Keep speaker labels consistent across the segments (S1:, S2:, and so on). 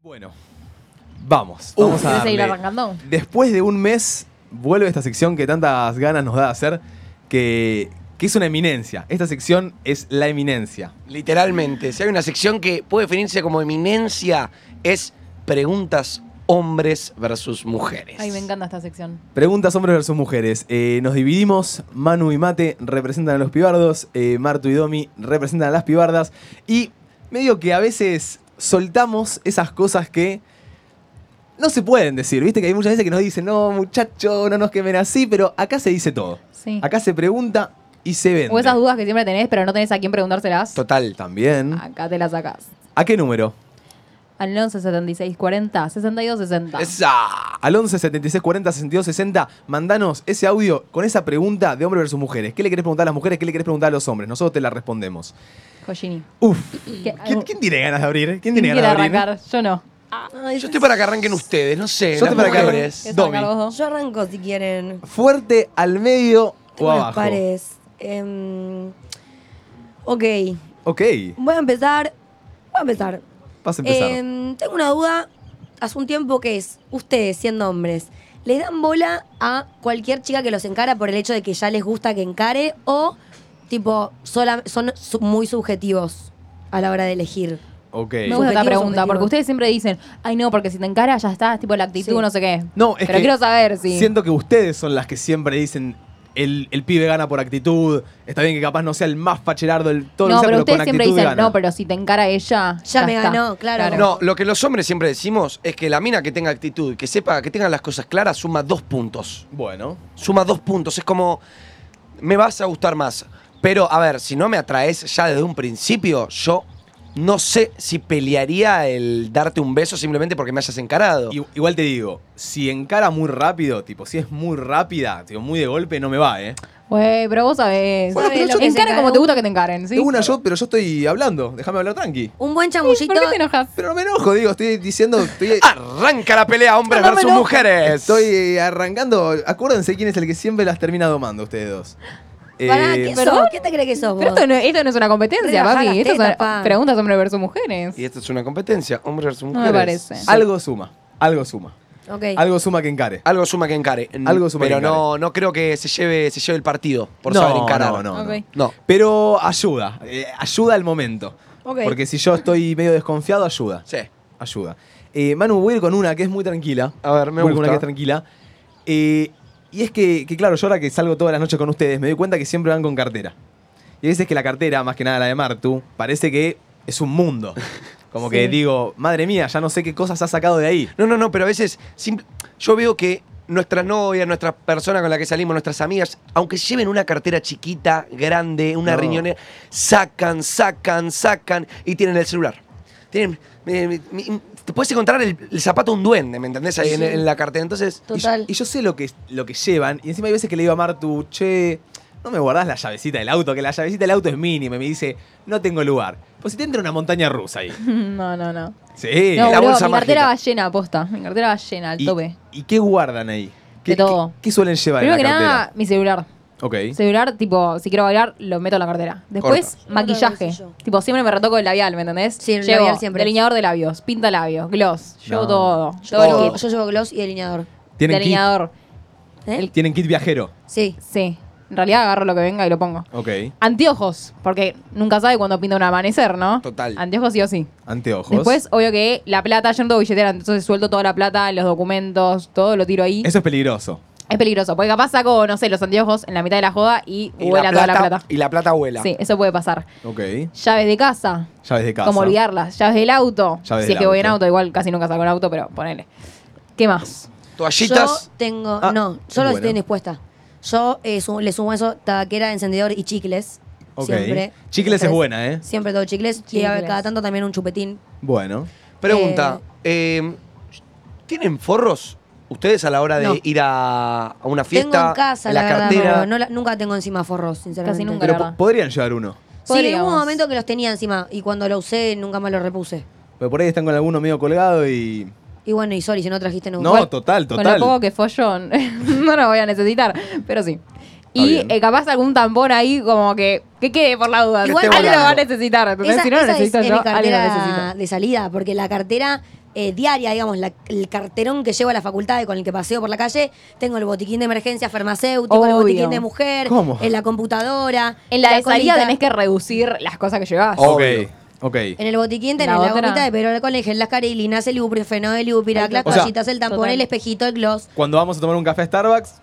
S1: Bueno, vamos.
S2: Uf.
S1: vamos a
S2: ¿Quieres
S3: seguir
S1: darle.
S3: arrancando?
S1: Después de un mes, vuelve esta sección que tantas ganas nos da de hacer, que, que es una eminencia. Esta sección es la eminencia.
S2: Literalmente, si hay una sección que puede definirse como eminencia, es preguntas hombres versus mujeres.
S3: Ay, me encanta esta sección.
S1: Preguntas hombres versus mujeres. Eh, nos dividimos. Manu y Mate representan a los pibardos. eh, Martu y Domi representan a las pibardas. Y medio que a veces soltamos esas cosas que no se pueden decir. Viste que hay muchas veces que nos dicen, no, muchacho, no nos quemen así. Pero acá se dice todo.
S3: Sí.
S1: Acá se pregunta y se vende.
S3: O esas dudas que siempre tenés, pero no tenés a quién preguntárselas.
S2: Total.
S1: También.
S3: Acá te las sacás.
S1: ¿A qué número?
S3: Al 11 76 40 62 60.
S2: Esa.
S1: Al 11 76 40 62 60, mandanos ese audio con esa pregunta de hombres versus mujeres. ¿Qué le querés preguntar a las mujeres? ¿Qué le querés preguntar a los hombres? Nosotros te la respondemos.
S3: Joshini.
S1: Uf.
S3: ¿Qué-
S1: ¿Quién,
S3: algo-
S1: quién tiene ganas de abrir? ¿Quién
S3: ¿Quién
S1: tiene
S3: quiere
S1: ganas de abrir?
S3: arrancar? Yo no.
S2: Yo estoy para que arranquen ustedes, no sé.
S1: Yo
S2: las
S1: estoy para que
S2: mujeres.
S1: arranquen.
S3: ¿Quieres
S1: Domi.
S3: arrancar vos dos?
S4: Yo arranco si quieren.
S1: ¿Fuerte, al medio o
S4: Tengo los
S1: abajo?
S4: pares. Em, ok,
S1: Ok,
S4: voy a empezar. Voy a empezar.
S1: vas a empezar.
S4: Em, tengo una duda. Hace un tiempo que es, ustedes siendo hombres, ¿les dan bola a cualquier chica que los encara por el hecho de que ya les gusta que encare o tipo sola- son su- muy subjetivos a la hora de elegir?
S1: ok.
S3: Me gusta esta
S4: Subjetivo,
S3: pregunta,
S4: subjetivo.
S3: porque ustedes siempre dicen, ay no, porque si te encara ya está, es tipo la actitud,
S4: Sí.
S3: no sé qué.
S1: No, es
S3: Pero
S1: que
S3: quiero saber si.
S1: Siento que ustedes son las que siempre dicen el, el pibe gana por actitud. Está bien que capaz no sea el más facherardo del todo lo
S3: no,
S1: que sea,
S3: pero ustedes
S1: con
S3: siempre
S1: actitud
S3: dicen,
S1: gana.
S3: no, pero si te encara ella.
S4: Ya me
S3: está".
S4: ganó, claro.
S2: No, lo que los hombres siempre decimos es que la mina que tenga actitud, que sepa, que tenga las cosas claras, suma dos puntos.
S1: Bueno,
S2: Suma dos puntos. Es como, me vas a gustar más. Pero, a ver, si no me atraes ya desde un principio, yo no sé si pelearía el darte un beso simplemente porque me hayas encarado.
S1: I- Igual te digo, si encara muy rápido, tipo, si es muy rápida, tipo, muy de golpe, no me va, ¿eh?
S3: Güey, pero vos sabés.
S4: Bueno, pero yo-
S3: Encaren como te gusta que te encaren, ¿sí?
S1: Tengo una yo, pero yo estoy hablando, déjame hablar tranqui.
S4: Un buen
S3: ¿Por
S4: chamullito.
S3: qué te enojas?
S1: Pero no me enojo, digo, estoy diciendo, estoy,
S2: Arranca la pelea, hombres
S1: No, no me
S2: versus
S1: enojo.
S2: mujeres.
S1: estoy eh, arrancando. Acuérdense quién es el que siempre las termina domando, ustedes dos.
S4: Pará,
S1: Eh,
S4: ¿qué
S3: ¿perdón?
S4: sos? ¿Qué te crees que sos
S3: Pero
S4: vos?
S3: esto no, esto no es una competencia,
S4: Rebajá
S3: papi.
S4: las
S3: Estas son
S4: tetas, pa.
S3: preguntas hombre versus mujeres.
S2: Y esta es una competencia, hombres versus
S3: No me
S2: mujeres.
S3: parece.
S1: algo suma, algo suma.
S4: Ok.
S1: Algo suma que encare.
S2: Algo suma que encare. N-
S1: Algo suma
S2: Mm, pero
S1: que encare.
S2: no, no creo que se lleve, se lleve el partido por
S1: no,
S2: saber encarar.
S1: No, no, no.
S3: Ok.
S2: No.
S1: Pero ayuda, eh, ayuda al momento.
S4: Ok.
S1: Porque si yo estoy medio desconfiado, ayuda.
S2: Sí.
S1: Ayuda. Eh, Manu, voy a ir con una que es muy tranquila.
S2: A ver, me
S1: Voy con
S2: gusta.
S1: una que es tranquila. Eh, y es que, que, claro, yo ahora que salgo todas las noches con ustedes, me doy cuenta que siempre van con cartera. Y a veces que la cartera, más que nada la de Martu, parece que es un mundo. Como que
S3: Sí.
S1: digo, madre mía, ya no sé qué cosas has sacado de ahí.
S2: No, no, no, pero a veces simp- yo veo que nuestra novia, nuestra persona con la que salimos, nuestras amigas, aunque lleven una cartera chiquita, grande, una
S1: No.
S2: riñonera, sacan, sacan, sacan y tienen el celular. Tienen, me- me- me- te puedes encontrar el, el zapato de un duende, ¿me entendés? Ahí en,
S4: Sí.
S2: en la cartera. Entonces,
S1: Y yo-
S4: Total.
S1: Y yo, sé lo que, lo que llevan. Y encima hay veces que le digo a Martu, che, no me guardás la llavecita del auto, que la llavecita del auto es mínima. Y me dice, no tengo lugar. Pues si te entra una montaña rusa ahí.
S3: No, no, no.
S1: Sí.
S3: no,
S2: la
S3: boludo,
S2: bolsa
S3: mi cartera
S2: mágica.
S3: va llena, aposta. Mi cartera va llena, al
S1: ¿Y,
S3: tope.
S1: ¿Y qué guardan ahí? ¿Qué,
S3: De todo.
S1: qué- qué suelen llevar
S3: Primero
S1: en
S3: que
S1: la cartera?
S3: nada, mi celular.
S1: Ok.
S3: Celular, tipo, si quiero bailar, lo meto en la cartera. Después,
S4: Corta. Yo
S3: maquillaje.
S4: creo que soy yo.
S3: Tipo, siempre me retoco el labial, ¿me entendés?
S4: Sí, el
S3: Llevo
S4: labial siempre.
S3: Delineador de labios, pinta labios, gloss. Llevo
S1: No.
S3: todo.
S4: Yo,
S3: Todo el
S4: llevo,
S3: kit.
S4: yo llevo gloss y delineador.
S1: ¿Tienen kit?
S3: Delineador.
S4: ¿Eh?
S3: El-
S1: Tienen kit viajero.
S4: Sí.
S3: Sí. En realidad agarro lo que venga y lo pongo.
S1: Ok.
S3: Anteojos, porque nunca sabe cuándo pinta un amanecer, ¿no?
S2: Total.
S3: Anteojos sí o sí.
S1: Anteojos.
S3: Después, obvio que la plata, yo no tengo billetera, entonces suelto toda la plata, los documentos, todo lo tiro ahí.
S1: Eso es peligroso.
S3: Es peligroso, porque capaz saco, no sé, los anteojos en la mitad de la joda y,
S2: y
S3: vuela toda la plata.
S2: Y la plata vuela.
S3: Sí, eso puede pasar.
S1: Ok.
S3: Llaves de casa,
S1: Llaves de casa.
S3: como olvidarlas. Llaves del auto,
S1: Llaves
S3: si
S1: del
S3: es que voy en
S1: auto.
S3: auto, igual casi nunca saco el auto, pero ponele. ¿Qué más?
S2: Toallitas.
S4: Yo tengo.
S1: Ah,
S4: no,
S1: es
S4: yo lo
S1: bueno.
S4: estoy indispuesta. Yo eh, su- le sumo eso, tabaquera, encendedor y chicles.
S1: Ok.
S4: Siempre.
S1: Chicles es
S4: Tres.
S1: buena, ¿eh?
S4: Siempre todo chicles. Y a-
S3: Chicles.
S4: cada tanto también un chupetín.
S1: Bueno.
S2: Pregunta. eh, ¿Tienen forros ustedes a la hora de
S4: No.
S2: ir a, a una fiesta?
S4: tengo en casa,
S2: a
S4: la,
S2: la,
S4: verdad,
S2: cartera.
S4: pero no la- nunca tengo encima forros, sinceramente.
S3: nunca.
S1: Pero
S3: Claro.
S1: po- podrían llevar uno.
S4: Sí, hubo
S3: Podríamos.
S4: un momento que los tenía encima y cuando lo usé nunca más lo repuse.
S1: Pero por ahí están con alguno medio colgado y.
S4: Y bueno, y sorry, si no trajiste nunca.
S1: No, total,
S3: Con
S1: total.
S3: lo poco que follo, no lo voy a necesitar, pero sí. Y
S1: bien.
S3: eh, capaz algún tambor ahí como que, que quede por la duda.
S4: Igual
S3: alguien lo va a
S2: volando.
S3: necesitar, ¿entendés?
S4: Esa,
S3: si no lo
S4: esa es
S3: necesito
S4: eh,
S3: yo,
S4: mi
S3: alguien lo necesita.
S4: cartera de salida, porque la cartera eh, diaria, digamos, la- el carterón que llevo a la facultad y con el que paseo por la calle, tengo el botiquín de emergencia farmacéutico, el
S3: Obvio.
S4: botiquín de mujer,
S1: ¿Cómo?
S4: en la computadora.
S3: En la de salida
S4: colita.
S3: tenés que reducir las cosas que llevas.
S2: Oh.
S1: Ok,
S2: Obvio.
S1: ok.
S4: En el botiquín tenés
S3: La
S4: la,
S3: otra.
S4: gomita de perol alcohol, el gel, las carilinas, el ibuprofeno, el ibupirac, las
S1: O sea,
S4: toallitas, el tampón,
S3: total.
S4: el espejito, el gloss.
S1: Cuando vamos a tomar un café a Starbucks,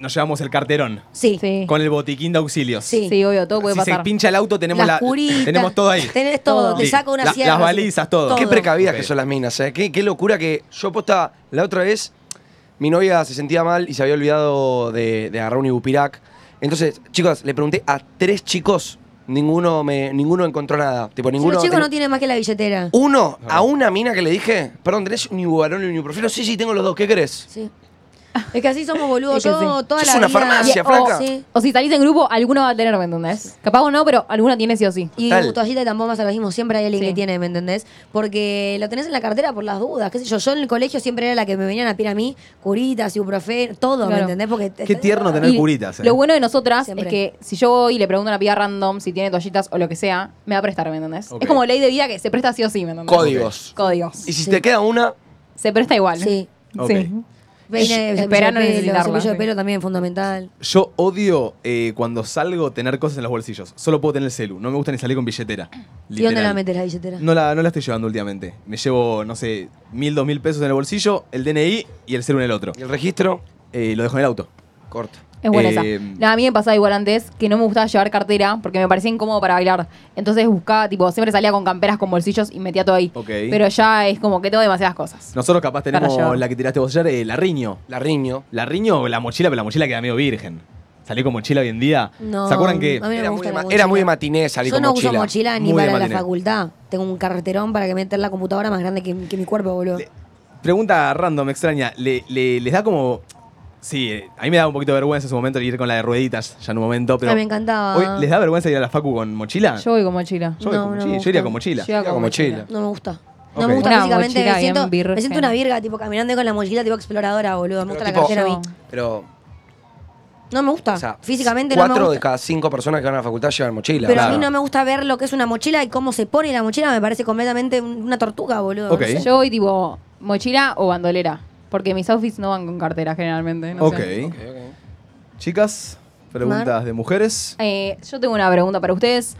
S1: nos llevamos el carterón
S4: Sí.
S3: Sí.
S1: con el botiquín de auxilios.
S4: Sí.
S3: Sí, obvio, todo puede
S1: si se
S3: pasar.
S1: pincha el auto, tenemos,
S4: Las
S1: la,
S4: curitas.
S1: tenemos todo ahí.
S4: Tenés todo. Te
S1: Sí.
S4: saco una
S1: La-
S4: sierra.
S1: las
S4: sí.
S1: baliza, todo.
S2: Qué
S1: Todo.
S2: precavidas
S1: Ok.
S2: que son las minas, ¿eh? Qué, qué locura que yo posta la otra vez, mi novia se sentía mal y se había olvidado de, de agarrar un ibupirac. Entonces, chicos, le pregunté a tres chicos, ninguno me, ninguno encontró nada. Tipo,
S4: Si
S2: ninguno.
S4: los chicos
S2: tenía-
S4: no tienen más que la billetera.
S2: Uno, a una mina que le dije, perdón, ¿tenés un ibubarón y un ibuprofeno? Sí, sí, tengo los dos, ¿qué querés?
S4: Sí. Es que así somos boludos.
S3: Es que
S4: Yo
S3: sí.
S4: toda
S2: Sos
S4: la
S2: una
S4: vida-
S2: farmacia,
S4: o-
S2: flaca.
S4: sí.
S3: O si salís en grupo, alguno va a tener, ¿me entendés? Capaz o no, pero alguno tiene sí o sí.
S4: Y
S2: Tal.
S4: toallita y tampón más mismo siempre hay alguien
S3: Sí.
S4: que tiene, ¿me entendés? Porque lo tenés en la cartera por las dudas, qué sé yo. Yo en el colegio siempre era la que me venían a pedir a mí, curitas, ibuprofeno, todo, ¿me
S3: Claro.
S4: entendés? Porque te-
S1: Qué tierno tener
S3: Y
S1: curitas. eh.
S3: Lo bueno de nosotras
S4: Siempre.
S3: es que si yo voy y le pregunto a una piba random si tiene toallitas o lo que sea, me va a prestar, ¿me entendés?
S1: Ok.
S3: Es como ley de vida que se presta sí o sí, ¿me entendés?
S2: Códigos.
S3: Códigos.
S2: Y si te queda una,
S3: Se presta igual.
S4: Sí.
S1: Ok.
S3: Sí. Esperar
S4: Peine,
S3: no
S4: cepillo de pelo,
S3: necesitarla,
S4: cepillo de
S3: sí.
S4: pelo también fundamental.
S1: Yo odio eh, cuando salgo tener cosas en los bolsillos. Solo puedo tener el celu. No me gusta ni salir con billetera.
S4: ¿Y dónde
S1: Literal.
S4: la metes la billetera?
S1: No la, no la estoy llevando últimamente. Me llevo, no sé, mil, dos mil pesos en el bolsillo, el DNI y el celu en el otro.
S2: y el registro,
S1: Eh, lo dejo en el auto.
S2: corta.
S3: Es buena
S1: Eh,
S3: esa. Nada, a mí me pasaba igual antes que no me gustaba llevar cartera porque me parecía incómodo para bailar. Entonces buscaba, tipo, siempre salía con camperas con bolsillos y metía todo ahí.
S1: Ok.
S3: Pero ya es como que tengo demasiadas cosas.
S1: Nosotros capaz
S3: Para
S1: tenemos
S3: llevar.
S1: la que tiraste vos ayer, eh, la riño.
S2: La riño.
S1: La riño o la mochila, pero la mochila queda medio virgen. Salí con mochila hoy en día.
S4: No,
S1: ¿Se acuerdan que
S4: a mí no me
S2: Era muy,
S4: gusta
S2: de
S4: la
S2: ma- era muy de
S4: mochila.
S2: matiné salir
S4: Yo
S2: con
S4: no
S2: mochila.
S4: uso mochila ni
S1: Muy de
S4: para la
S1: matiné.
S4: facultad. Tengo un carterón para que meter la computadora más grande que, que mi cuerpo, boludo.
S1: Le- Pregunta random, extraña. ¿Le, le- les da como.? Sí, eh, a mí me da un poquito de vergüenza en su momento ir con la de rueditas, ya en un momento, pero.
S4: Ay, me encantaba.
S1: Hoy, ¿Les da vergüenza ir a la facu con mochila?
S3: Yo voy con mochila.
S1: Yo voy
S4: No,
S1: con
S4: no
S1: mochila,
S4: me
S1: yo iría
S4: gusta.
S1: con Ah. mochila.
S3: Yo iba
S2: con mochila.
S4: No me gusta. No
S1: Ok.
S4: me gusta
S3: Una
S4: físicamente.
S3: mochila
S4: Me siento,
S3: bien
S4: me siento
S3: virgen.
S4: una virga, tipo, caminando con la mochila, tipo, exploradora, boludo. Me gusta la
S2: tipo-
S4: cartera a mí.
S3: Yo-
S2: Pero,
S4: No me gusta.
S2: o sea,
S4: Ah, físicamente no me
S2: cuatro
S4: gusta.
S2: de cada cinco personas que van a la facultad llevan mochila.
S4: Pero a
S1: Claro.
S4: mí no me gusta ver lo que es una mochila y cómo se pone la mochila. Me parece completamente un- una tortuga, boludo. no
S1: Ok.
S4: sé.
S3: Yo voy tipo mochila o bandolera. Porque mis outfits no van con cartera generalmente. no
S1: ok.
S3: sé.
S2: Ok, ok.
S1: Chicas, preguntas
S4: Mar.
S1: de mujeres.
S3: Eh, yo tengo una pregunta para ustedes.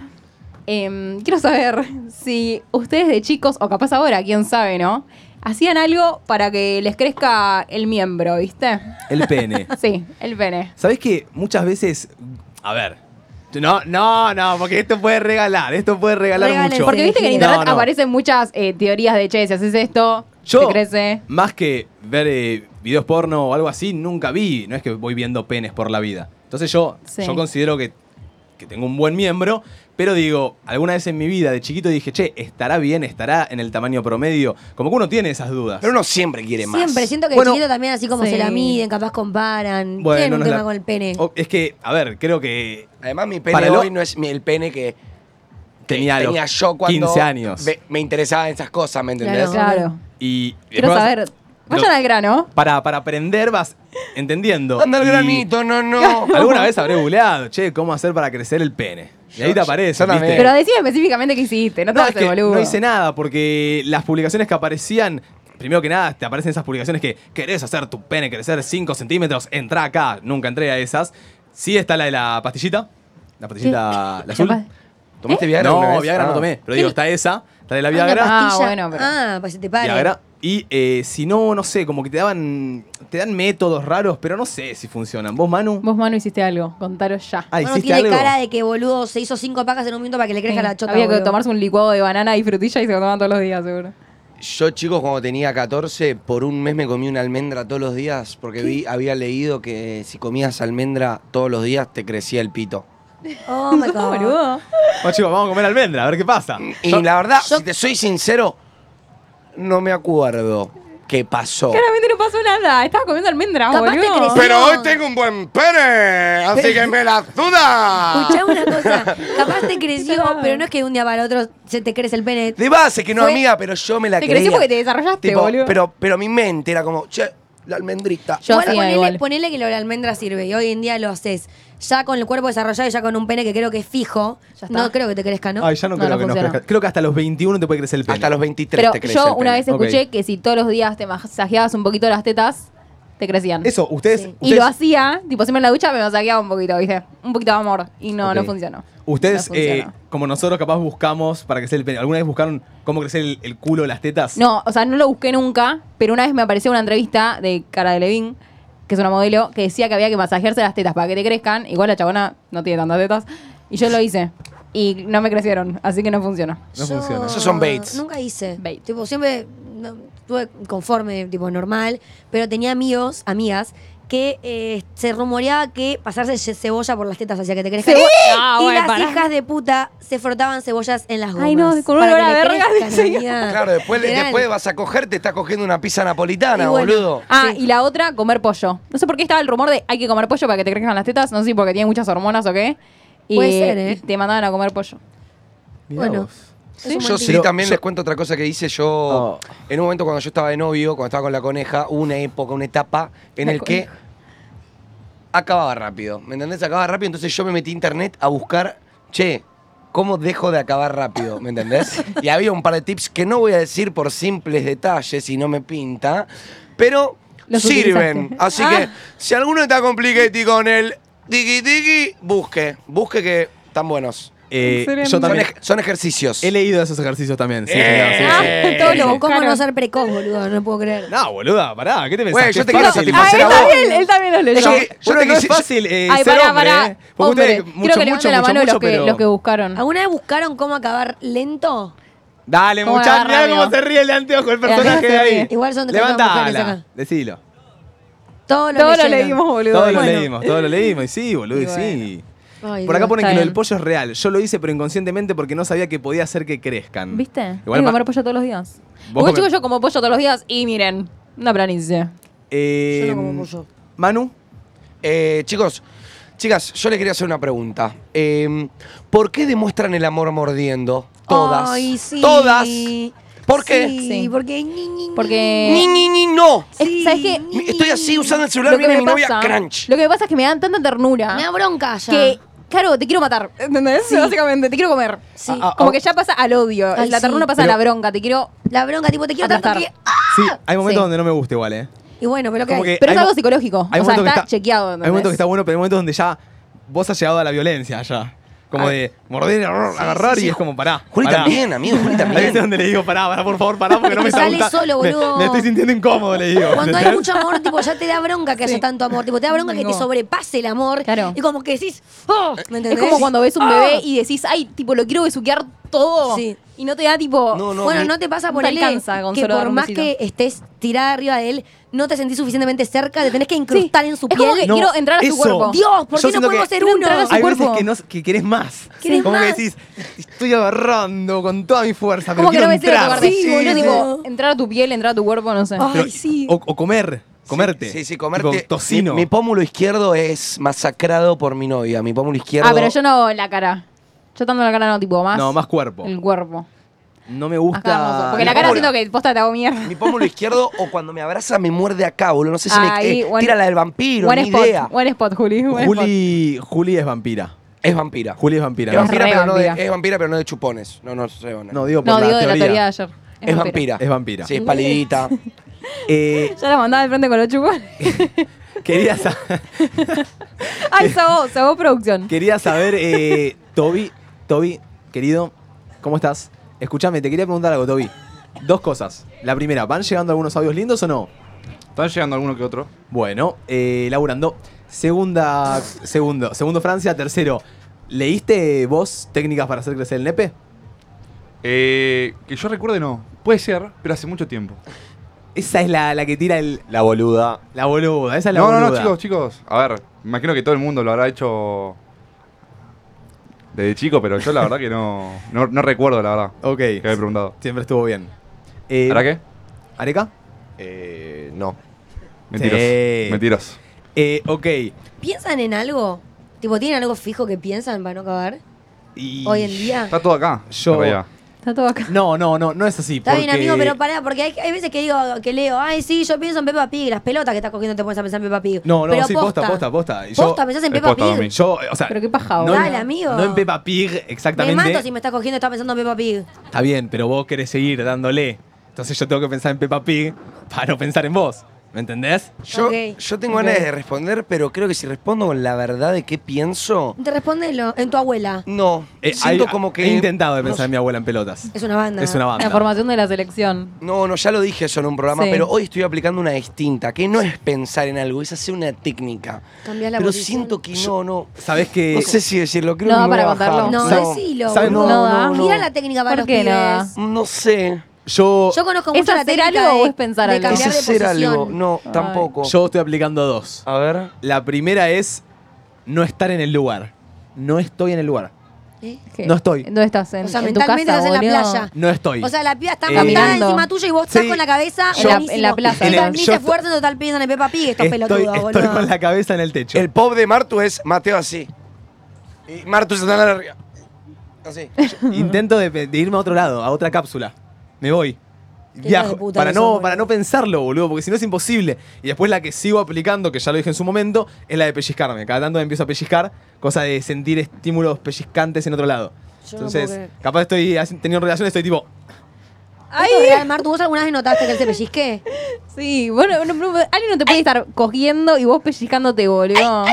S3: Em, quiero saber si ustedes de chicos, o capaz ahora, quién sabe, ¿no? Hacían algo para que les crezca el miembro, ¿viste?
S1: El pene.
S3: Sí, el pene.
S1: ¿Sabés que muchas veces. A ver. No, no, no, porque esto puede regalar, esto puede regalar
S4: Regalen,
S1: mucho.
S3: Porque viste que en
S4: Sí,
S3: internet
S1: No, no.
S3: aparecen muchas eh, teorías de, che, si haces esto,
S1: Yo,
S3: te crece.
S1: más que ver eh, videos porno o algo así, nunca vi. No es que voy viendo penes por la vida. Entonces yo,
S3: Sí.
S1: yo considero que, que tengo un buen miembro, pero digo, alguna vez en mi vida de chiquito dije, che, ¿estará bien? ¿Estará en el tamaño promedio? Como que uno tiene esas dudas.
S2: Pero uno siempre quiere más.
S4: Siempre, siento que
S1: Bueno,
S4: el chiquito también, así como
S3: sí.
S4: se la miden, capaz comparan.
S1: Bueno,
S4: Tienen
S1: no
S4: un
S1: es
S4: tema
S1: la-
S4: con el pene.
S1: O- es que, a ver, creo que
S2: Además, mi pene
S1: Para lo-
S2: hoy no es mi- el pene que
S1: tenía, los
S2: tenía yo cuando
S1: 15 años.
S2: ve- me interesaba en esas cosas, ¿me entendés?
S4: Claro.
S1: Y
S3: Quiero
S1: después vas-
S3: saber. Vayan
S1: No. Eh.
S3: al grano.
S1: Para, para aprender vas entendiendo.
S2: Anda el
S1: Y
S2: granito, no, no.
S1: Alguna vez habré googleado, che, cómo hacer para crecer el pene. Y ahí te
S2: Yo-
S1: aparece,
S2: yo también.
S1: ¿viste?
S3: Pero decime específicamente qué hiciste, no te
S1: No,
S3: hagas
S1: es que
S3: el boludo.
S1: no hice nada porque las publicaciones que aparecían, primero que nada, te aparecen esas publicaciones que querés hacer tu pene crecer 5 centímetros, entra acá. Nunca entré a esas. Sí está la de la pastillita. La pastillita la azul.
S3: Capaz- ¿Eh?
S2: ¿Tomaste Viagra? alguna
S1: No,
S2: vez?
S1: Viagra no
S2: Ah.
S1: tomé. Pero digo, está esa, está de la
S4: Ah,
S1: Viagra.
S4: una pastilla.
S3: bueno, pero-
S4: Ah, para que se te pare.
S1: Viagra. Y eh, si no, no sé, como que te daban. Te dan métodos raros, pero no sé si funcionan. ¿Vos, Manu?
S3: Vos, Manu, hiciste algo. Contaros ya.
S1: Ah,
S4: Mano,
S1: ¿hiciste
S4: tiene
S1: algo?
S4: cara de que, boludo, se hizo cinco pacas en un minuto para que le crezca
S3: Sí.
S4: la chota,
S3: Había que
S4: boludo.
S3: tomarse un licuado de banana y frutilla y se lo tomaban todos los días, seguro.
S2: Yo, chicos, cuando tenía 14, por un mes me comí una almendra todos los días porque vi, había leído que si comías almendra todos los días te crecía el pito.
S4: Oh, my God.
S3: boludo?
S1: Bueno, chicos, Ah, vamos a comer almendra, a ver qué pasa.
S2: Y
S1: Yo-
S2: la verdad, si te soy sincero, no me acuerdo qué
S1: Oh.
S2: pasó.
S3: Claramente no pasó nada. Estabas comiendo almendras,
S4: Capaz te
S3: boludo.
S4: creció.
S5: Pero hoy tengo un buen pene, así que me la suda.
S4: Escuchá una cosa, capaz te creció, pero no es que un día para el otro se te crece el pene.
S2: De base que no,
S4: Fue-
S2: amiga, pero yo me la
S3: Te
S2: creía.
S3: creció porque te desarrollaste,
S2: Tipo,
S3: boludo.
S2: Pero, pero mi mente era como, che, la almendrita.
S3: Yo
S4: Igual
S3: hacía
S4: ponele,
S3: igual.
S4: ponele que lo de la almendra sirve y hoy en día lo haces ya con el cuerpo desarrollado y ya con un pene que creo que es fijo.
S3: Ya está.
S4: No creo que te crezca, ¿no?
S1: Ay, ya no,
S3: No,
S1: creo
S3: no
S1: que nos
S3: funciona.
S1: crezca. Creo que hasta los 21 te puede crecer el pelo.
S2: Hasta los 23
S3: Pero
S2: te crece el
S3: yo
S2: pene.
S3: una vez
S1: Ok.
S3: escuché que si todos los días te masajeabas un poquito las tetas, te crecían.
S1: Eso, ustedes.
S4: Sí.
S3: Y
S1: ustedes-
S3: lo hacía, tipo siempre en la ducha me masajeaba un poquito, ¿viste? Un poquito de amor. Y no, no
S1: Ok.
S3: funcionó.
S1: Ustedes,
S3: No
S1: eh,
S3: funcionó.
S1: como nosotros, capaz buscamos para crecer el pene. ¿Alguna vez buscaron cómo crecer el, el culo, las tetas?
S3: No, o sea, no lo busqué nunca, pero una vez me apareció una entrevista de Cara de Levin, que es una modelo, que decía que había que masajearse las tetas para que te crezcan. Igual la chabona no tiene tantas tetas. Y yo lo hice. Y no me crecieron, así que no funcionó.
S1: No funciona.
S2: Esos son baits.
S4: Nunca hice.
S3: Bait.
S4: Tipo, siempre no, estuve conforme, tipo, normal. Pero tenía amigos, amigas, que eh, se rumoreaba que pasarse ce- cebolla por las tetas hacía que te crezcan.
S3: Ah,
S4: y
S3: bueno,
S4: las
S3: pará.
S4: hijas de puta se frotaban cebollas en las gomas.
S3: Ay, no, con un
S4: para
S3: olor
S4: que
S3: a
S4: le
S3: verga,
S4: crezcan,
S3: sí.
S4: amiga.
S2: Claro, después,
S4: Literal.
S2: después vas a coger, te estás cogiendo una pizza napolitana,
S4: Y bueno,
S2: boludo.
S3: Ah,
S4: Sí.
S3: y la otra, comer pollo. No sé por qué estaba el rumor de hay que comer pollo para que te crezcan las tetas. No sé si porque tiene muchas hormonas o qué. Y,
S4: Puede ser, ¿eh?
S3: y te mandaban a comer pollo.
S1: Mirá
S4: bueno.
S1: vos.
S4: Es un
S2: Yo
S4: buen
S2: sí,
S4: tip.
S2: también
S1: yo-
S2: les cuento otra cosa que hice yo.
S1: Oh.
S2: En un momento cuando yo estaba de novio, cuando estaba con la coneja, hubo una época, una etapa en
S3: La
S2: el que
S3: coneja.
S2: acababa rápido. ¿Me entendés? Acababa rápido, entonces yo me metí a internet a buscar, che, ¿cómo dejo de acabar rápido? ¿Me entendés? y había un par de tips que no voy a decir por simples detalles y no me pinta, pero
S3: Los
S2: sirven.
S3: utilizaste. Ah.
S2: Así que si alguno está complicado con el tiki tiki, busque, busque que están buenos.
S1: Eh,
S3: serio,
S1: yo
S3: amigo?
S2: Son,
S1: también.
S2: ej- son ejercicios.
S1: He leído esos ejercicios también. Sí,
S2: Eh.
S1: señor, sí,
S3: Ah,
S1: sí.
S3: todo lo
S4: Pero, ¿Cómo
S3: buscaron.
S4: no ser precoz, boludo? No puedo creer.
S1: No, boluda, pará, ¿qué te pensás?
S2: Güey,
S1: que
S2: yo
S1: es
S2: te quiero
S1: fácil?
S2: satisfacer
S3: Ah, él
S2: a vos.
S3: también, él también los leyó.
S1: Yo,
S2: Yo-
S1: que- yo
S2: yo te
S1: no es
S2: quise-
S1: fácil eh,
S3: Ay,
S1: ser
S3: pará,
S1: hombre,
S3: pará.
S1: eh. Porque
S3: Hombre,
S1: ustedes mucho,
S3: Quiero que
S1: mucho,
S3: levanten la
S1: mucho,
S3: mano
S1: mucho,
S3: los, que,
S1: pero-
S3: los que buscaron.
S4: ¿Alguna vez buscaron cómo acabar lento?
S1: Dale,
S3: ¿Cómo
S1: muchachos,
S3: agarra,
S1: mirá cómo
S3: amigo?
S1: se ríe el de anteojo, el
S3: anteojo
S1: personaje
S3: se
S1: de
S3: ríe.
S1: ahí.
S4: Igual son de todas mujeres
S1: Levantala,
S4: acá.
S1: decilo.
S4: Todos lo
S3: Todos lo
S4: leyeron.
S3: leímos, boludo.
S1: Todos lo
S3: Bueno.
S1: leímos, todos lo leímos, y sí, boludo, y
S3: Y
S1: sí.
S4: Ay,
S1: Por acá
S4: Dios.
S1: ponen
S3: está
S1: que lo del
S3: bien.
S1: pollo es real. Yo lo hice, pero inconscientemente porque no sabía que podía hacer que crezcan.
S3: ¿Viste?
S1: Mm. Igual
S3: Hay que
S1: ma-
S3: comer pollo todos los días.
S1: Vos
S3: Igual,
S1: come-
S3: chicos, yo como pollo todos los días y miren, una planicie.
S1: Eh,
S4: Yo no como pollo.
S1: Manu,
S2: Eh, chicos, chicas, yo les quería hacer una pregunta. Eh, ¿Por qué demuestran el amor mordiendo? Todas.
S4: Ay, sí.
S2: Todas.
S3: Eh,
S2: ¿Por qué?
S4: Sí,
S3: Sí.
S4: porque... ni, ni, ni,
S3: Porque-
S2: Ni, ni, ni, no.
S3: Es-
S4: Sí.
S3: ¿Sabes qué?
S4: Lo
S2: Mi- Estoy así usando el celular,
S3: Lo que me
S2: viene mi novia,
S3: pasa-
S2: crunch.
S3: Lo que me pasa es que me dan tanta
S4: ni.
S3: ternura
S4: Me da bronca ya.
S3: ah. que, claro, te quiero matar. ¿Entendés? Básicamente, te quiero comer.
S4: Sí.
S1: Ah, ah,
S3: Como que ya pasa al odio.
S4: Ay,
S3: la
S4: sí.
S3: ternura pasa a la
S1: Pero-
S3: bronca. Te quiero.
S4: La bronca, tipo, te quiero tanto
S3: Aplastar.
S4: que... ¡Ah!
S1: sí, hay momentos
S3: Sí.
S1: donde no me gusta igual, ¿eh?
S4: Y bueno, pero
S1: Como
S4: ¿qué?
S1: que
S3: Pero es
S1: hay
S3: algo
S1: mo-
S3: psicológico.
S1: hay
S3: o sea,
S1: momentos que
S3: está, chequeado.
S1: Hay
S3: ¿entendés?
S1: momentos que está bueno, pero hay momentos donde ya vos has llegado a la violencia ya. Como
S2: Ay.
S1: de morder, arr, agarrar y es como pará.
S2: Juli
S1: pará.
S2: también, amigo,
S1: Ahí
S2: Juli
S1: es
S2: también.
S1: donde le digo pará, pará, por favor, pará, porque no me está
S4: Sale
S1: gustando.
S4: solo,
S1: Me-
S4: boludo.
S1: Me, estoy sintiendo incómodo, le digo.
S4: Cuando hay
S1: ¿entendés?
S4: mucho amor, tipo, ya te da bronca que haya tanto amor. Tipo, te da bronca que te
S3: No.
S4: sobrepase el amor.
S3: Claro.
S4: Y como que decís, ¡oh! ¿Me
S3: Es
S4: entendés?
S3: como cuando ves un
S4: ¡Ah!
S3: bebé y decís, ay, tipo, lo quiero besuquear todo.
S4: Sí.
S3: Y no te da, tipo.
S2: No, no,
S4: bueno,
S2: mi-
S4: no te pasa
S3: No
S4: por
S3: te
S4: él
S3: alcanza con
S4: que
S3: solo dar
S4: por
S3: un
S4: más
S3: besito.
S4: que estés tirada arriba de él, no te sentís suficientemente cerca, te tenés que incrustar en su
S3: Es
S4: piel.
S3: como que
S1: No,
S3: quiero entrar a su
S1: eso.
S3: cuerpo.
S4: Dios, ¿por
S1: Yo
S4: qué no
S1: siento
S4: podemos
S1: que-
S4: ser uno?
S3: Entrar a su
S1: Hay
S3: cuerpo.
S1: veces que, no, que querés más.
S4: ¿Querés
S1: como
S4: más?
S1: que decís, estoy agarrando con toda mi fuerza, pero
S3: Como que no
S1: quiero
S3: me sirve
S1: entrar.
S3: tocarte.
S4: Sí,
S3: Boludo,
S4: sí,
S3: tipo, entrar a tu piel, entrar a tu cuerpo, no sé.
S4: Ah.
S1: Pero-
S4: Ay, sí.
S1: o, o comer, comerte.
S2: Sí, sí, comerte.
S1: Tipo, tocino.
S2: Mi, mi pómulo izquierdo es masacrado por mi novia. Mi pómulo izquierdo.
S3: Ah, pero yo no la cara. Yo tanto la cara no, tipo, más.
S1: no, más cuerpo.
S3: El cuerpo.
S1: No me
S3: Acá, hermoso.
S1: gusta.
S3: Porque
S2: Mi
S3: la cara
S2: pómulo-
S3: siento que posta te hago mierda.
S2: Mi pómulo izquierdo o cuando me abraza me muerde acá, boludo. No sé si
S3: Ahí,
S2: me eh,
S3: buen-
S2: tira la del vampiro,
S3: Buen
S2: ni
S3: spot,
S2: idea.
S3: buen spot, Juli. buen
S1: Juli, Juli es vampira.
S2: Es vampira.
S1: Juli es vampira.
S2: Es
S1: ¿no?
S3: Es
S2: vampira,
S3: re
S2: pero no de,
S3: vampira.
S2: es vampira, pero no de chupones. No, no sé. No,
S1: No, digo por
S3: spot. No,
S1: la
S3: digo de la teoría de
S1: teoría.
S3: ayer.
S2: es vampira.
S1: Es vampira.
S2: Sí, es palidita.
S1: Eh,
S3: Ya la mandaba de frente con los chupones.
S1: quería, sa-
S3: Ay, Sabo, Sabo Producción.
S1: quería saber, eh, Toby, Toby, querido, ¿cómo estás? Escúchame, te quería preguntar algo, Toby. Dos cosas. La primera, ¿van llegando algunos audios lindos o no?
S6: Están llegando alguno que otro.
S1: Bueno, eh, laburando. Segunda, segundo, segundo Francia. Tercero, ¿leíste vos técnicas para hacer crecer el nepe?
S6: Eh, que yo recuerde, no. Puede ser, pero hace mucho tiempo.
S1: Esa es la, la que tira el,
S2: La boluda.
S1: la boluda. Esa es la
S6: No, no,
S1: boluda.
S6: no, chicos, chicos. A ver, me imagino que todo el mundo lo habrá hecho desde chico, pero yo la verdad que no, no, no recuerdo, la verdad.
S1: Ok.
S6: Que había preguntado.
S1: Siempre estuvo bien. Eh,
S6: ¿Para qué?
S1: ¿Areca?
S2: Eh, no.
S6: Mentiros.
S1: Sí.
S6: Mentiros.
S1: Eh, ok.
S4: ¿Piensan en algo? Tipo, ¿tienen algo fijo que piensan para no acabar?
S1: Y-
S4: Hoy en día.
S6: Está todo acá.
S1: Yo-
S6: en realidad.
S3: Está todo acá.
S1: No, no, no, no es así.
S4: Está bien,
S1: porque-
S4: amigo, pero pará, porque hay, hay veces que digo, que leo, ay, sí, yo pienso en Peppa Pig, las pelotas que estás cogiendo te pones a pensar en Peppa Pig.
S1: No, no,
S4: Pero
S1: sí, posta, posta, posta. Y yo-
S4: Posta, pensás en
S6: Es
S4: Peppa
S6: posta,
S4: Pig.
S6: Domi.
S1: Yo, eh, o sea.
S3: Pero qué paja,
S1: no,
S3: boludo.
S4: Dale, amigo.
S1: No en Peppa Pig,
S4: Me
S1: exactamente.
S4: mato si me estás cogiendo, estaba pensando en Peppa Pig.
S1: Está bien, pero vos querés seguir dándole. Entonces yo tengo que pensar en Peppa Pig para no pensar en vos. ¿Me entendés?
S2: Yo,
S4: Ok.
S2: yo tengo ganas de responder, pero creo que si respondo con la verdad de qué pienso,
S4: Te respondelo en tu abuela.
S2: no.
S1: Eh,
S2: siento
S1: hay-
S2: como que.
S1: He intentado de
S2: no
S1: pensar en mi abuela en pelotas.
S4: Es una banda.
S1: Es una banda.
S3: La formación de la selección.
S2: No, no, ya lo dije eso en un programa,
S3: Sí.
S2: pero hoy estoy aplicando una distinta, que no es pensar en algo, es hacer una técnica.
S4: Cambiás la
S2: pero
S4: posición.
S2: siento que no, no.
S1: Sabés que.
S2: No sé si decirlo, creo
S3: No
S2: que
S3: da
S2: me
S3: para
S2: voy a bajar.
S3: contarlo.
S4: No,
S1: No.
S4: decilo.
S1: ¿Sabes?
S4: boludo.
S3: No da.
S4: Mira la técnica para
S3: ¿Por
S4: los
S3: qué no da?
S4: pibes.
S2: No sé.
S1: Yo,
S4: Yo conozco
S3: ¿Es
S4: mucho la
S3: hacer
S4: técnica
S3: algo
S4: de,
S3: o es pensar
S4: de
S3: algo?
S2: Es
S4: cambiar de
S2: hacer
S4: posición.
S2: algo. No,
S3: Ay.
S2: tampoco.
S1: yo estoy aplicando dos.
S2: A ver.
S1: La primera es no estar en el lugar. No estoy en el lugar.
S4: ¿Eh?
S3: ¿Qué?
S1: No estoy.
S3: ¿Dónde estás? ¿En,
S4: O sea,
S3: en tu
S4: mentalmente
S3: casa,
S4: estás en la
S3: boludo?
S4: playa.
S1: No estoy.
S4: O sea, la piba está
S1: Eh,
S4: montada
S3: Caminando.
S4: encima tuya y vos estás
S1: Sí.
S4: con la cabeza
S1: Yo-
S4: buenísimo.
S3: en la plaza.
S1: En
S4: No
S1: el-
S4: están ni
S1: yo
S4: se
S1: esto-
S4: esfuerzan, total piensan en Peppa Pig, estos
S1: estoy,
S4: pelotudos,
S1: estoy
S4: boludo.
S1: con la cabeza en el techo.
S2: El pop de Martu es Mateo así. Y Martu se está en la arriba. Así.
S1: Intento de, de irme a otro lado, a otra cápsula. Me voy.
S4: de
S1: Viajo.
S4: puta
S1: Para
S4: que sos,
S1: no,
S4: boludo.
S1: para no pensarlo, boludo, porque si no es imposible. Y después la que sigo aplicando, que ya lo dije en su momento, es la de pellizcarme. Cada tanto me empiezo a pellizcar, cosa de sentir estímulos pellizcantes en otro lado.
S4: Yo no
S1: Entonces,
S4: puedo creer.
S1: capaz estoy haci- teniendo relaciones, estoy tipo,
S4: Ay, real, Martu, ¿vos alguna vez notaste que él se pellizque?
S3: Sí, bueno, no, no, alguien no te puede estar cogiendo y vos pellizcándote, boludo.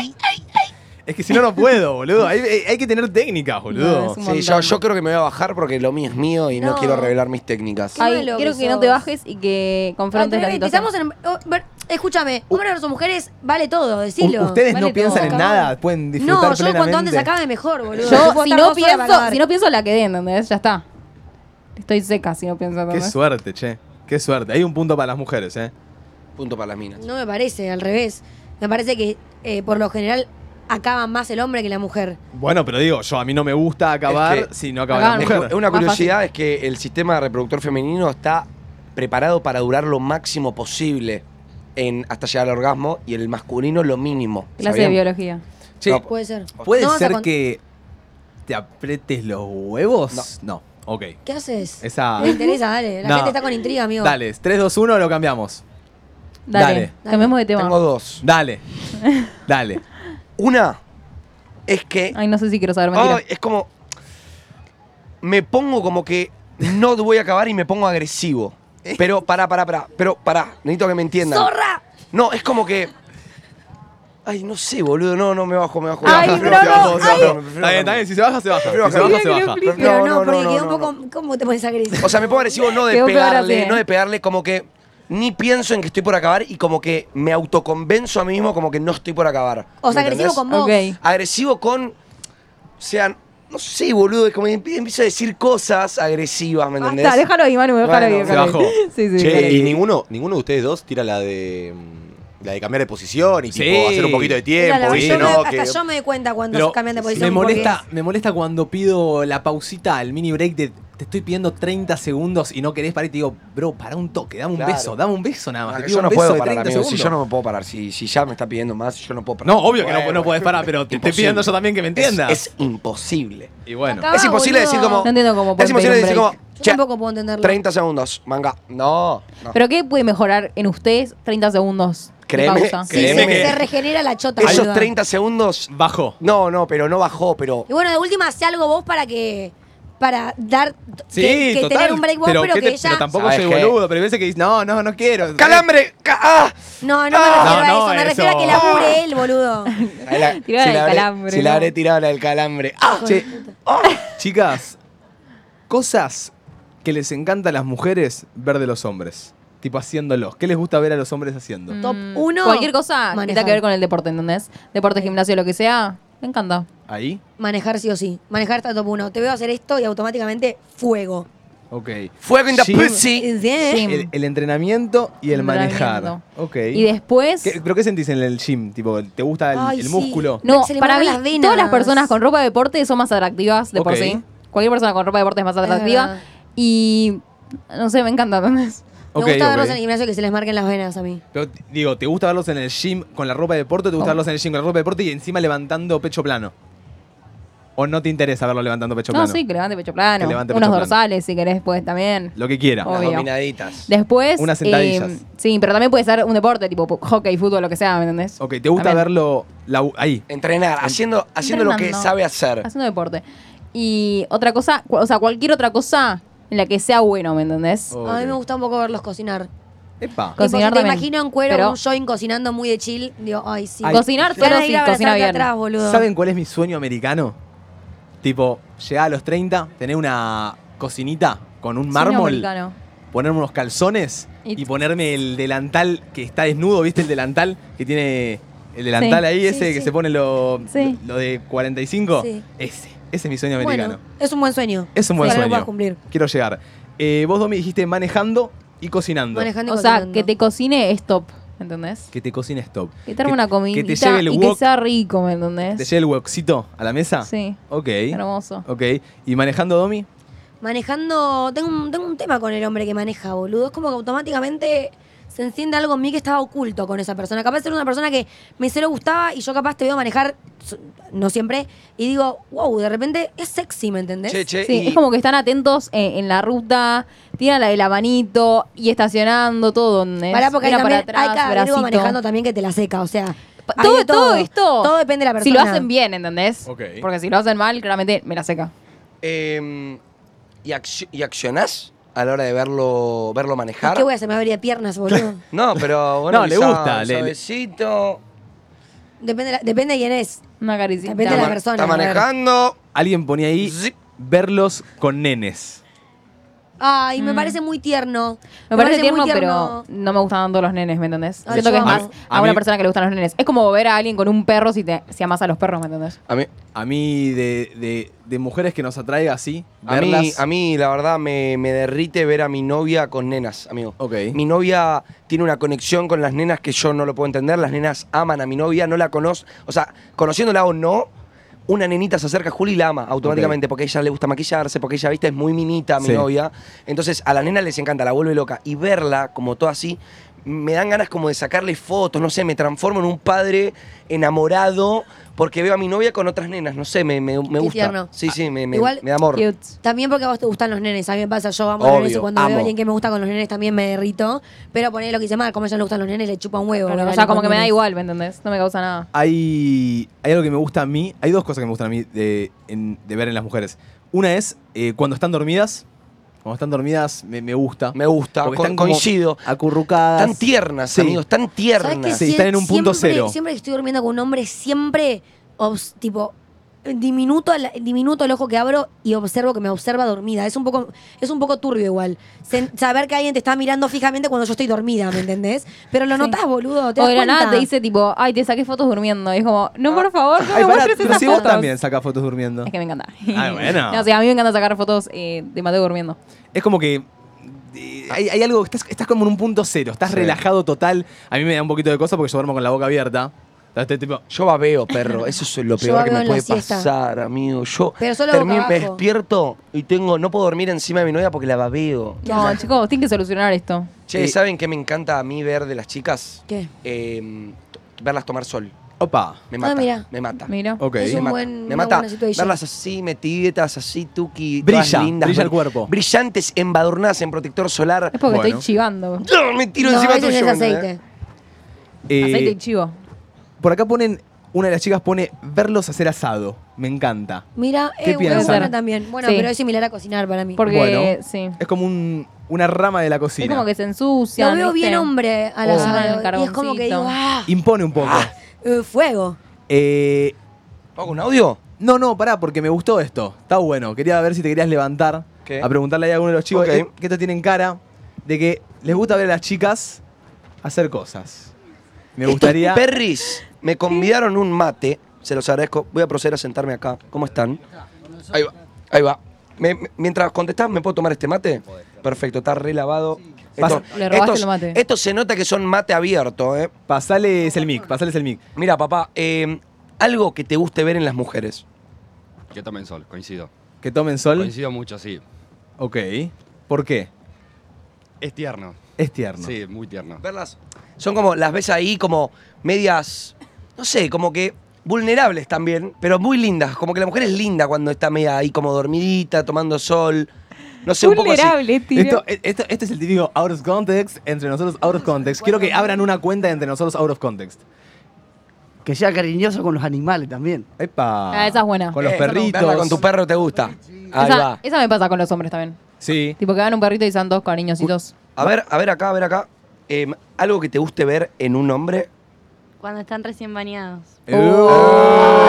S1: es que si no, no puedo, boludo. Hay, hay- hay que tener técnicas, boludo.
S3: No, es un
S2: Sí, yo,
S3: montón.
S2: yo creo que me voy a bajar porque lo mío es mío y no,
S4: No.
S2: quiero revelar mis técnicas.
S4: Qué
S3: Ay,
S4: malo
S3: quiero
S4: que
S3: que no
S4: sos.
S3: te bajes y que confrontes la
S4: Al revés,
S3: situación.
S4: estamos en- oh, ver, escúchame, hombres versus mujeres, vale todo, decilo.
S1: U- Ustedes no
S3: Vale
S1: piensan
S3: todo.
S1: en nada, pueden disfrutar
S4: No, yo cuanto antes
S1: plenamente.
S4: acabe mejor, boludo.
S3: Yo,
S4: puedo
S3: si
S4: estar
S3: no,
S4: dos horas para
S3: pienso,
S4: acabar.
S3: si no pienso, la quedé, ¿entendés? Ya está. Estoy seca si no pienso,
S1: Qué
S3: ¿entendés?
S1: suerte, che. Qué suerte. Hay un punto para las mujeres, ¿eh?
S2: Punto para las minas.
S4: No me parece, al revés. Me parece que eh, por lo general acaba más el hombre que la mujer.
S1: Bueno, pero digo, yo a mí no me gusta acabar
S2: Es que-
S1: si no acaba
S3: Acá
S1: la
S3: no.
S2: Es
S1: mujer.
S2: que Una
S3: Más
S2: curiosidad es que el sistema reproductor femenino está preparado para durar lo máximo posible en, hasta llegar al orgasmo y el masculino lo mínimo.
S3: Clase de
S2: ¿sabían?
S3: biología.
S1: Che,
S2: No,
S4: Puede ser.
S1: ¿Puede
S4: No vas a
S1: ser
S4: con-
S1: que te apretes los huevos? No. Ok.
S4: ¿Qué haces?
S1: Esa.
S4: Me interesa, dale. La
S1: No.
S4: gente está con intriga, amigo.
S1: Dale, 3, 2, 1, lo cambiamos.
S3: Dale,
S1: Dale.
S3: cambiemos de tema.
S2: Tengo dos.
S1: Dale. Dale.
S2: Una es que
S3: Ay, no sé si quiero saber,
S2: Ay,
S3: mentira.
S2: es como. Me pongo como que no voy a acabar y me pongo agresivo. Pero pará, pará, pará. Pero pará, necesito que me entiendan.
S4: ¡Zorra!
S2: No, es como que. Ay, no sé, boludo. No, no me bajo, me bajo. me
S3: Ay,
S2: bajo, me
S3: Bruno,
S2: bajo, me
S3: ay.
S2: bajo, me bajo, me bajo, me
S1: Está bien, está bien. Si se baja, se baja. Si se
S2: Prefiero
S1: baja,
S2: bajar.
S1: se baja.
S2: Prefiero-
S4: Pero
S2: no,
S4: no,
S2: no,
S4: porque
S2: no,
S4: quedó
S2: no,
S4: un poco. ¿Cómo te pones agresivo?
S2: O sea, me pongo agresivo no de
S3: Quedó peor
S2: pegarle,
S3: así.
S2: no de pegarle, como que ni pienso en que estoy por acabar y como que me autoconvenzo a mí mismo como que no estoy por acabar.
S4: O sea,
S2: ¿Me
S4: agresivo
S2: entendés?
S4: con vos.
S3: Ok.
S2: agresivo con. O sea, no sé, boludo, es como que empie- empiezo a decir cosas agresivas, ¿me entendés?
S3: Basta, déjalo ahí, Manu, déjalo ahí.
S2: Bueno,
S1: Se
S3: déjalo ahí.
S1: bajó.
S3: Sí, sí. déjalo
S7: Che,
S3: ahí.
S7: y ninguno, ninguno de ustedes dos tira la de mm, la de cambiar de posición y
S1: Sí.
S7: tipo hacer un poquito de
S4: Mira,
S7: tiempo,
S4: la verdad,
S7: ¿viste?
S4: yo me-
S7: No,
S4: hasta
S7: que
S4: yo me doy cuenta cuando
S1: Pero
S4: se cambian de posición.
S1: me
S4: porque-
S1: molesta, me molesta cuando pido la pausita, el mini break de te estoy pidiendo 30 segundos y no querés parar y te digo, bro, para un toque, dame un
S2: Claro.
S1: beso, dame un beso nada más.
S2: Ah,
S1: te
S2: que
S1: pido
S2: yo
S1: un
S2: no
S1: beso
S2: puedo
S1: de
S2: parar,
S1: 30
S2: amigo. Si
S1: segundos.
S2: yo no me puedo parar, si, si ya me está pidiendo más, yo no puedo parar.
S1: No, obvio que no,
S2: Bueno,
S1: no podés parar, pero te estoy
S2: imposible.
S1: pidiendo yo también que me
S2: Es-
S1: entiendas.
S2: Es, imposible.
S1: y bueno.
S4: Acá- Ah,
S2: es imposible
S4: boludo.
S2: decir como.
S3: No entiendo cómo
S2: Es
S3: pueden
S2: imposible
S3: pedir un
S2: decir como.
S3: break.
S4: Yo
S2: "Che,
S4: tampoco puedo entenderlo.
S2: 30 segundos, manga. No, no.
S3: ¿Pero qué puede mejorar en ustedes 30 segundos de
S2: Créeme,
S3: pausa?
S4: Sí,
S2: créeme
S4: se,
S2: que-
S4: se regenera la chota.
S2: Esos
S4: boluda.
S2: 30 segundos.
S1: Bajo.
S2: No, no, pero no bajó, pero.
S4: Y bueno, de última, hace algo vos para que. Para dar.
S1: Sí,
S4: que, que
S1: total.
S4: tener un break vos,
S1: pero,
S4: pero,
S1: ¿qué
S4: que
S1: te-
S4: ella.
S1: pero tampoco
S2: ¿Sabes
S1: soy
S2: qué?
S1: boludo, pero hay veces que dices, no, no, no quiero.
S2: ¡Calambre! ca- ¡Ah!
S4: No, no me
S2: Ah,
S4: refiero a
S1: no,
S4: eso, me
S1: eso.
S4: refiero a que labure él, boludo.
S2: Ahí la-
S3: Tirala
S2: se
S3: del
S2: la habré-
S3: calambre,
S2: Se la
S3: ¿no?
S2: habré tirado la del calambre. ¡Ah!
S1: Che, ¡Oh! Chicas, cosas que les encanta a las mujeres ver de los hombres. Tipo haciéndolos. ¿Qué les gusta ver a los hombres haciendo?
S4: Top
S3: Mm,
S4: 1.
S3: Cualquier cosa que tenga
S4: manejar.
S3: que ver con el deporte, ¿entendés? Deporte, gimnasio, lo que sea. Me encanta.
S1: Ahí.
S4: Manejar sí o sí. Manejar está top 1. Te veo hacer esto y automáticamente fuego.
S1: Ok.
S2: Fuego in the
S1: Jim-
S2: pussy.
S4: Eh. ¿Sí?
S3: Gym.
S1: El, el entrenamiento y el manejar.
S3: Entrenamiento.
S1: Ok.
S3: Y después...
S1: ¿Qué- ¿Pero qué sentís en el gym? Tipo, ¿Te gusta el,
S4: Ay,
S1: el
S4: sí.
S1: músculo?
S3: No,
S4: Se le
S3: para mí,
S4: mueven las venas.
S3: todas las personas con ropa de deporte son más atractivas de por
S1: Ok.
S3: sí. Cualquier persona con ropa de deporte es más atractiva.
S4: verdad.
S3: y no sé, me encanta, ¿entendés?
S4: Me
S1: Ok,
S4: gusta
S1: ok.
S4: verlos en el gimnasio que se les marquen las venas a mí.
S1: Pero t- digo, ¿te gusta verlos en el gym con la ropa de deporte o te gusta
S3: Oh.
S1: verlos en el gym con la ropa de deporte y encima levantando pecho plano? o no te interesa verlo levantando pecho
S3: No,
S1: plano.
S3: sí, que levante pecho plano.
S1: Que levante
S3: unos
S1: pecho plano.
S3: dorsales, si querés, pues también.
S1: Lo que quiera.
S3: Obvio.
S2: Las dominaditas.
S3: Después. em,
S1: Unas sentadillas.
S3: sí, pero también puede ser un deporte, tipo po- hockey, fútbol, lo que sea, ¿me entendés?
S1: Ok, ¿te gusta
S3: También.
S1: verlo la- ahí?
S2: Entrenar, haciendo, haciendo lo que
S3: Entrenando.
S2: sabe hacer.
S3: Haciendo deporte. Y otra cosa, cu- o sea, cualquier otra cosa en la que sea bueno, ¿me entendés?
S1: Ok.
S4: A mí me gusta un poco verlos cocinar.
S1: Epa.
S4: Tipo, si
S3: Cocinar
S4: te
S3: también,
S4: imagino en cuero
S3: pero-
S4: con un join cocinando muy de chill. Digo, ay, sí.
S1: Ay,
S3: Cocinar
S4: Qué ganas
S3: solo
S4: de
S3: si
S4: ir a
S3: cocina
S4: abrazarte
S3: bien.
S4: atrás, boludo.
S1: ¿Saben cuál es mi sueño americano? Tipo, llegar a los 30, tener una cocinita con un
S3: Sueño
S1: mármol,
S3: americano.
S1: ponerme unos calzones
S3: Y-
S1: y, ponerme el delantal que está desnudo, ¿viste? El delantal que tiene el delantal
S3: Sí.
S1: ahí,
S4: Sí,
S1: ese que
S4: sí.
S1: se pone lo,
S3: Sí.
S1: lo de 45.
S4: Sí.
S1: Ese, ese es mi sueño americano.
S4: Bueno, es un buen sueño.
S1: Es un buen
S4: Ojalá lo
S1: sueño.
S4: puedas cumplir.
S1: Quiero llegar. Eh, vos, Domi, dijiste manejando y cocinando.
S4: Manejando y
S3: O sea,
S4: cocinando.
S3: que te cocine es top, ¿me entendés?
S1: Que te cocines top.
S3: Que te arme una comidita
S1: Que te lleve el
S3: y que
S1: wok,
S3: sea rico, ¿me
S1: te
S3: entendés?
S1: lleve el wokcito a la mesa.
S3: Sí,
S1: Ok.
S3: hermoso.
S1: Ok. ¿Y manejando, Domi?
S4: Manejando. Tengo un, tengo un tema con el hombre que maneja, boludo. Es como que automáticamente se enciende algo en mí que estaba oculto con esa persona. Capaz era una persona que me cero gustaba y yo capaz te veo manejar, s- no siempre, y digo, wow, de repente es sexy, ¿me entendés?
S2: Che, che,
S3: Sí,
S2: y-
S3: es como que están atentos en, en la ruta, tiran la- el abanito y estacionando todo. ¿entendés?
S4: Pará, porque hay,
S3: Mira
S4: también, hay cada vergo
S3: bracito.
S4: manejando también que te la seca, o sea. hay
S3: Todo,
S4: de
S3: todo esto.
S4: Todo depende de la
S3: Si
S4: persona.
S3: lo hacen bien, ¿entendés?
S1: Ok.
S3: Porque si lo hacen mal, claramente me la seca.
S2: eh, y, acci- y accionás a la hora de verlo, verlo manejar.
S4: ¿Y ¿Qué voy a hacer? Me abría piernas, boludo.
S2: No, pero bueno,
S1: No, le
S2: quizá
S1: gusta,
S2: un
S1: le- le-
S2: suavecito.
S4: depende, de la- depende de quién es.
S3: Una caricita.
S4: Depende de la
S2: Está ma-
S4: persona,
S2: Está
S4: a ver.
S2: manejando.
S1: Alguien ponía ahí
S2: Zip.
S1: verlos con nenes.
S4: Ay, me
S3: Mm.
S4: parece muy tierno.
S3: Me parece tierno,
S4: muy
S3: pero no me gustan tanto los nenes, ¿me entendés?
S4: Ay,
S3: Siento que
S4: yo
S3: es más
S4: amo.
S1: A
S3: a, una
S1: mí-
S3: persona que le gustan los nenes. Es como ver a alguien con un perro si, te, si amas a los perros, ¿me entendés?
S2: A mí,
S1: A mí, de, de- de mujeres que nos atraiga así,
S2: a
S1: verlas.
S2: mí, a mí, la verdad, me, me derrite ver a mi novia con nenas, amigo.
S1: Ok.
S2: Mi novia tiene una conexión con las nenas que yo no lo puedo entender. Las nenas aman a mi novia, no la conozco. O sea, conociéndola o no, una nenita se acerca a Juli y la ama automáticamente porque a ella le gusta maquillarse, porque ella, viste, es muy minita, mi
S1: Sí.
S2: novia. Entonces, a la nena les encanta, la vuelve loca. Y verla como todo así, me dan ganas como de sacarle fotos, no sé, me transformo en un padre enamorado porque veo a mi novia con otras nenas, no sé, me, me, me gusta.
S4: tierno. Ah,
S2: Sí, sí, me, me-
S4: Igual-
S2: me da amor.
S3: Cute.
S4: También porque a vos te gustan los nenes. A mí me pasa, yo amo
S2: Obvio,
S4: los nenes y cuando veo
S2: amo.
S4: a alguien que me gusta con los nenes también me derrito. Pero poné lo que dice Mar, como a ella le gustan los nenes, le chupa un huevo.
S3: Pero, o
S4: dale,
S3: sea, como que me da
S4: nenes.
S3: igual, ¿me entendés? No me causa nada.
S1: Hay, hay algo que me gusta a mí. Hay dos cosas que me gustan a mí de, en- de ver en las mujeres. Una es eh, cuando están dormidas. Cuando están dormidas me, me gusta.
S2: Me gusta,
S1: Porque
S2: co-
S1: están como
S2: coincido.
S1: Acurrucadas.
S2: Tan tiernas,
S1: Sí.
S2: amigos, tan
S4: ¿Sabés
S2: tiernas.
S1: Sí,
S4: sie-
S1: están en un punto
S4: siempre-
S1: cero.
S4: Siempre que estoy durmiendo con un hombre, siempre, obs- tipo, diminuto, el- diminuto el ojo que abro y observo que me observa dormida. Es un poco, es un poco turbio igual. Sen- saber que alguien te está mirando fijamente cuando yo estoy dormida, ¿me entendés? Pero lo
S3: Sí.
S4: notas, boludo. ¿te
S3: O
S4: das
S3: de la nada
S4: cuenta?
S3: te dice tipo, ay, te saqué fotos durmiendo. Y es como, no, por favor, no
S1: Ay,
S3: me
S1: pará,
S3: muestres
S1: pero
S3: esas
S1: si vos
S3: fotos.
S1: también sacas fotos durmiendo.
S3: Es que me encanta.
S1: Ay, bueno.
S3: No, sí, a mí me encanta sacar fotos eh, de Mateo durmiendo.
S1: Es como que. eh, Hay, hay algo, estás, estás como en un punto cero, estás
S2: Sí.
S1: relajado total. A mí me da un poquito de cosa porque yo duermo con la boca abierta. Entonces, estoy tipo,
S2: Yo babeo, perro. Eso es lo
S4: Yo
S2: peor que
S4: babeo
S2: me
S4: en la
S2: puede
S4: siesta.
S2: pasar, amigo. Yo
S4: Pero solo
S2: termino,
S4: boca
S2: me
S4: abajo.
S2: despierto y tengo, no puedo dormir encima de mi novia porque la babeo.
S3: No, chicos, tienen que solucionar esto.
S2: Che,
S1: Eh,
S2: ¿saben qué me encanta a mí ver de las chicas?
S4: ¿Qué? Ah,
S2: Eh, t- verlas tomar sol.
S1: opa.
S2: Me mata.
S4: mira.
S2: Me mata.
S3: Mira.
S1: Ok.
S4: Es
S2: Me
S4: un
S2: mata.
S4: buen-
S2: me
S4: una
S2: mata
S4: buena situation.
S2: verlas así, metidas, así, tuki.
S1: Brilla,
S2: todas lindas,
S1: brilla el
S2: brill-
S1: cuerpo.
S2: Brillantes, embadurnadas en protector solar.
S3: Es porque
S1: Bueno.
S3: estoy chivando.
S2: ¡No! Me tiro
S4: No,
S2: encima
S4: ese
S2: tuyo.
S4: es
S2: ¿me
S4: aceite.
S2: entendés?
S1: Eh,
S3: Aceite y chivo.
S1: por acá ponen, una de las chicas pone verlos hacer asado. Me encanta.
S4: Mira,
S1: ¿Qué
S4: es una
S1: piensan?
S4: buena también. eh, Bueno,
S3: Sí.
S4: pero es similar a cocinar para mí.
S3: Porque,
S1: Bueno.
S3: sí.
S1: Es como un- una rama de la cocina.
S3: Es como que se
S4: lo
S3: ensucian.
S4: veo
S3: ¿viste?
S4: bien hombre a la
S1: Oh.
S4: y es como que digo, ah,
S1: Impone un poco.
S4: eh, fuego.
S1: Eh,
S2: ¿Hago un audio?
S1: no, no, pará, porque me gustó esto. Está bueno. Quería ver si te querías levantar
S2: ¿Qué?
S1: a preguntarle ahí a alguno de los chicos
S2: Ok.
S1: eh, que esto tienen cara de que les gusta ver a las chicas hacer cosas. Me
S2: Estos
S1: gustaría.
S2: Perris, me convidaron un mate, se los agradezco. Voy a proceder a sentarme acá. ¿Cómo están? Ahí va, ahí va. Me- me- mientras contestás, ¿me puedo tomar este mate? Perfecto, está relavado. Esto-
S1: Pasa-
S3: Le robaste
S2: estos-
S3: el mate.
S2: estos se nota que son mate abierto, ¿eh?
S1: Pasales el mic, pasales el mic.
S2: Mira, papá, eh, algo que te guste ver en las mujeres.
S5: Yo también sol, coincido.
S1: Que tomen sol.
S5: Coincido mucho, sí.
S1: Ok. ¿Por qué?
S5: Es tierno.
S1: Es tierno.
S5: Sí, muy tierno.
S2: Verlas. Son como, las ves ahí como medias, no sé, como que vulnerables también, pero muy lindas. Como que la mujer es linda cuando está media ahí como dormidita, tomando sol. No sé, un poco así.
S3: Vulnerable, tío.
S1: Esto, e- esto- este es el típico out of context, entre nosotros out
S2: Ah,
S1: of context. Quiero que abran una cuenta de entre nosotros out of context.
S8: Que sea cariñoso con los animales también.
S1: Epa.
S3: Ah, esa es buena.
S1: Con los
S2: Eh,
S1: perritos.
S2: verla Con tu perro te gusta. Ahí
S3: Esa,
S2: va.
S3: esa me pasa con los hombres también.
S1: Sí.
S3: Tipo que van un perrito y son dos cariños y dos.
S2: A ver, a ver acá, a ver acá. Em, algo que te guste ver en un hombre.
S9: Cuando están recién bañados.
S3: Oh.
S1: Eh,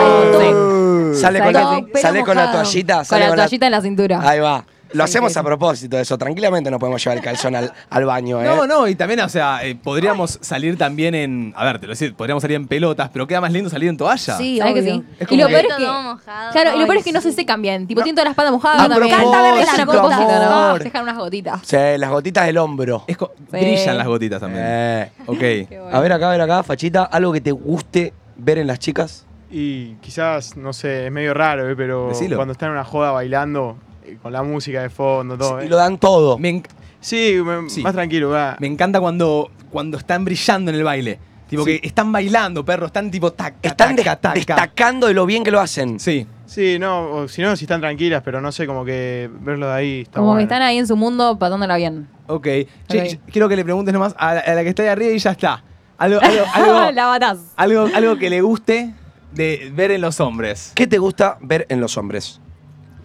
S2: Sale
S3: Sale
S2: con la,
S3: todo
S4: pelo
S2: sale con la
S4: mojado.
S2: toallita.
S3: Con
S2: Sale
S3: la toallita en la cintura.
S2: Ahí va. Lo hacemos
S3: increíble.
S2: a propósito de eso. Tranquilamente no podemos llevar el calzón al, al baño, ¿eh?
S1: No, no, y también, o sea, eh, podríamos salir también en. A ver, te lo decía, podríamos salir en pelotas, pero queda más lindo salir en toalla.
S4: Sí,
S3: ¿Sabés que
S4: obvio.
S3: sí?
S1: Es
S3: Y
S1: como
S3: lo
S1: que-
S3: peor es que.
S9: Todo mojado.
S3: Claro, y lo
S9: Ay,
S3: peor es que no se
S9: sí.
S3: secan bien. Tipo, tienen toda la espalda
S2: A
S3: mojada también.
S2: propósito,
S3: es una cosita, ¿no?
S2: amor.
S3: Dejar unas gotitas.
S2: Sí, las gotitas del hombro.
S1: Es co-
S3: Sí.
S1: Brillan las gotitas también.
S2: Eh.
S1: Ok.
S2: A ver acá, a ver acá, Fachita, algo que te guste ver en las chicas.
S10: Y quizás, no sé, es medio raro, ¿eh? pero
S1: Decilo.
S10: cuando están en una joda bailando, eh, con la música de fondo, todo.
S2: Y
S10: ¿eh?
S2: lo dan todo.
S1: Me, enc-
S10: Sí, me-
S1: Sí.
S10: más tranquilo, va.
S1: me encanta cuando, cuando están brillando en el baile. Tipo que están bailando, perro, están tipo taca,
S2: Están
S1: taca,
S2: des-
S1: taca.
S2: destacando de lo bien que lo hacen.
S1: Sí.
S10: Sí, no, o si no, si están tranquilas, pero no sé, como que verlo de ahí está
S3: Como que
S10: bueno.
S3: están ahí en su mundo pasándola bien.
S1: Ok. Che,
S3: Ok.
S1: ch- quiero que le preguntes nomás a la, a la que está ahí arriba y ya está. Algo, algo, algo,
S3: la matás.
S1: algo, algo que le guste de ver en los hombres.
S2: ¿Qué te gusta ver en los hombres?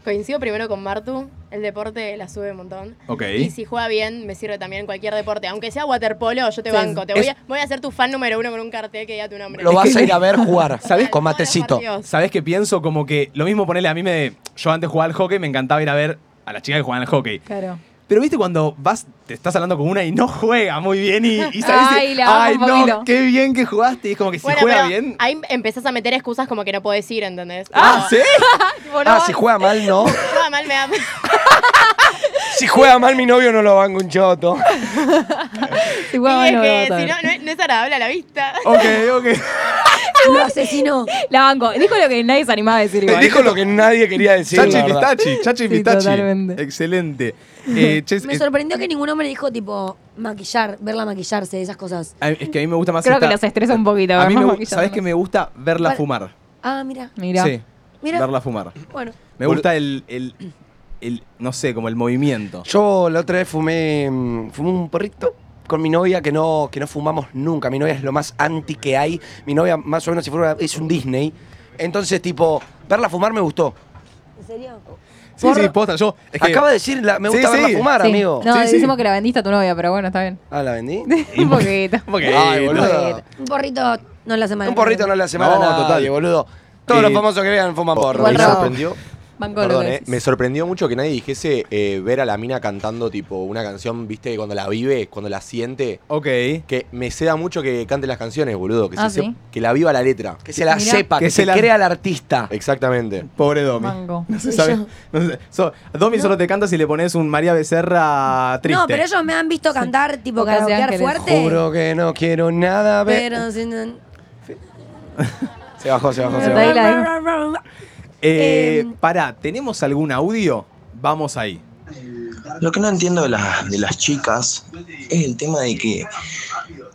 S9: Coincido primero con Martu, el deporte la sube un montón.
S1: Ok.
S9: Y si juega bien, me sirve también cualquier deporte. Aunque sea waterpolo, yo te banco. Te
S2: Es-
S9: voy, a, voy a ser tu fan número uno con un cartel que diga tu nombre.
S2: Lo vas a ir a ver jugar.
S1: ¿Sabés?
S9: Todos los
S2: Con matecito.
S9: partidos.
S1: ¿Sabés qué pienso? Como que lo mismo ponerle a mí me. Yo antes jugaba al hockey, me encantaba ir a ver a las chicas que jugaban al hockey.
S3: Claro.
S1: Pero viste cuando vas, te estás hablando con una y no juega muy bien y, y sabés,
S3: Ay, la baja
S1: ay
S3: un poquito".
S1: no, qué bien que jugaste. Y es como que si
S9: Bueno,
S1: juega
S9: pero
S1: bien.
S9: ahí empezás a meter excusas como que no podés ir, ¿entendés?
S1: Ah, ¿sí?
S9: Tipo, no,
S2: Ah, si juega mal, no.
S9: juega mal, me da...
S2: si juega mal, mi novio no lo banca un choto.
S3: Sí, bueno,
S9: Y es
S3: bueno,
S9: que
S3: bueno,
S9: si no,
S3: bueno.
S9: no, es- no es agradable a la vista.
S1: Ok, ok.
S4: Lo asesinó.
S3: La banco. Dijo lo que nadie se animaba a decir igual.
S2: Dijo lo que nadie quería decir.
S1: Chachi
S2: la verdad.
S1: Pistachi, Chachi
S3: Sí,
S1: Pistachi.
S3: totalmente.
S1: Excelente. Eh, che, es-
S4: Me
S1: es-
S4: sorprendió que ningún hombre dijo, tipo, maquillar, verla maquillarse, esas cosas.
S1: a- es que a mí me gusta más
S3: Creo
S1: esta-
S3: que los estresa un poquito.
S1: A mí me,
S3: vernos
S1: gu-
S3: maquillándonos.
S1: ¿Sabés que me gusta verla
S4: Bueno,
S1: fumar?
S4: Ah, mira.
S3: Mira.
S1: Sí,
S4: Mira.
S1: verla fumar.
S4: Bueno.
S1: Me gusta el, el, el- no sé, como el movimiento.
S2: Yo la otra vez fumé, mm, fumé un porrito con mi novia que no, que no fumamos nunca. Mi novia es lo más anti que hay. Mi novia, más o menos, si fuera, es un Disney. Entonces, tipo, verla fumar me gustó.
S4: ¿En serio?
S1: Sí, sí, posta, yo... es que-
S2: Acaba de decir, la- me
S1: Sí,
S2: gusta verla
S1: sí.
S2: fumar,
S3: Sí.
S2: amigo.
S3: No,
S1: Sí, sí.
S3: decimos que la vendiste a tu novia, pero bueno, está bien.
S2: Ah, la vendí.
S3: un poquito.
S1: Ok,
S7: Eh,
S2: Ay,
S1: boludo.
S2: boludo.
S4: Un porrito no la semana.
S2: Un porrito no le hace mal a
S1: No,
S2: nadie,
S1: total.
S2: boludo. Todos
S1: Eh,
S2: los famosos que vean fuman porro.
S7: Me
S4: Rabo.
S7: sorprendió,
S3: Banco lo
S7: perdón,
S3: que
S7: eh,
S3: decís.
S7: me sorprendió mucho que nadie dijese eh, ver a la mina cantando tipo una canción, viste, cuando la vive, cuando la siente.
S1: Ok.
S7: Que me seda mucho que cante las canciones, boludo. Que,
S3: Ah,
S7: se
S3: ¿sí?
S7: sep- que la viva la letra.
S2: Que se la
S3: Mirá.
S2: sepa,
S1: Que
S2: que,
S1: se
S2: se,
S1: la-
S2: crea el artista.
S7: Exactamente.
S1: Pobre Domi.
S3: Mango.
S1: No se sabe. no se- so- Domi solo te canta si le pones un María Becerra triste.
S4: No, pero ellos me han visto cantar, tipo,
S3: Pocas de
S4: karaokear
S3: ángeles.
S4: fuerte.
S2: Juro que no quiero nada ver.
S4: Pero si no-
S2: Se bajó, se bajó, se
S3: Ahí
S2: bajó.
S3: la-
S1: Eh,
S4: Em.
S1: pará, ¿tenemos algún audio? Vamos ahí.
S11: Lo que no entiendo de, las- de las chicas es el tema de que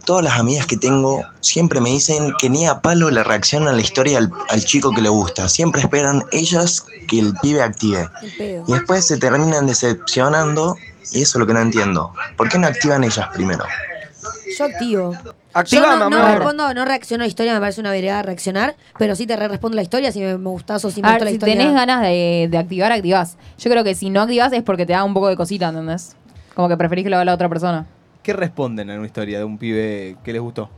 S11: todas las amigas que tengo siempre me dicen que ni a palo le reaccionan la historia al, al chico que le gusta. Siempre esperan ellas que el pibe active.
S4: Qué pedo.
S11: Y después se terminan decepcionando y eso es lo que no entiendo. ¿Por qué no activan ellas primero?
S4: Yo activo. Yo
S2: Activa,
S4: no, no
S2: mamá.
S4: respondo, no reacciono a historia, me parece una vereda reaccionar, pero sí te re- respondo la historia si me, me gustás o si me
S3: A ver,
S4: gusta la
S3: Ah, si
S4: historia.
S3: tenés ganas de, de activar, activás. Yo creo que si no activás es porque te da un poco de cosita, ¿entendés? Como que preferís que lo haga la otra persona.
S1: ¿Qué responden en una historia de un pibe que les gustó?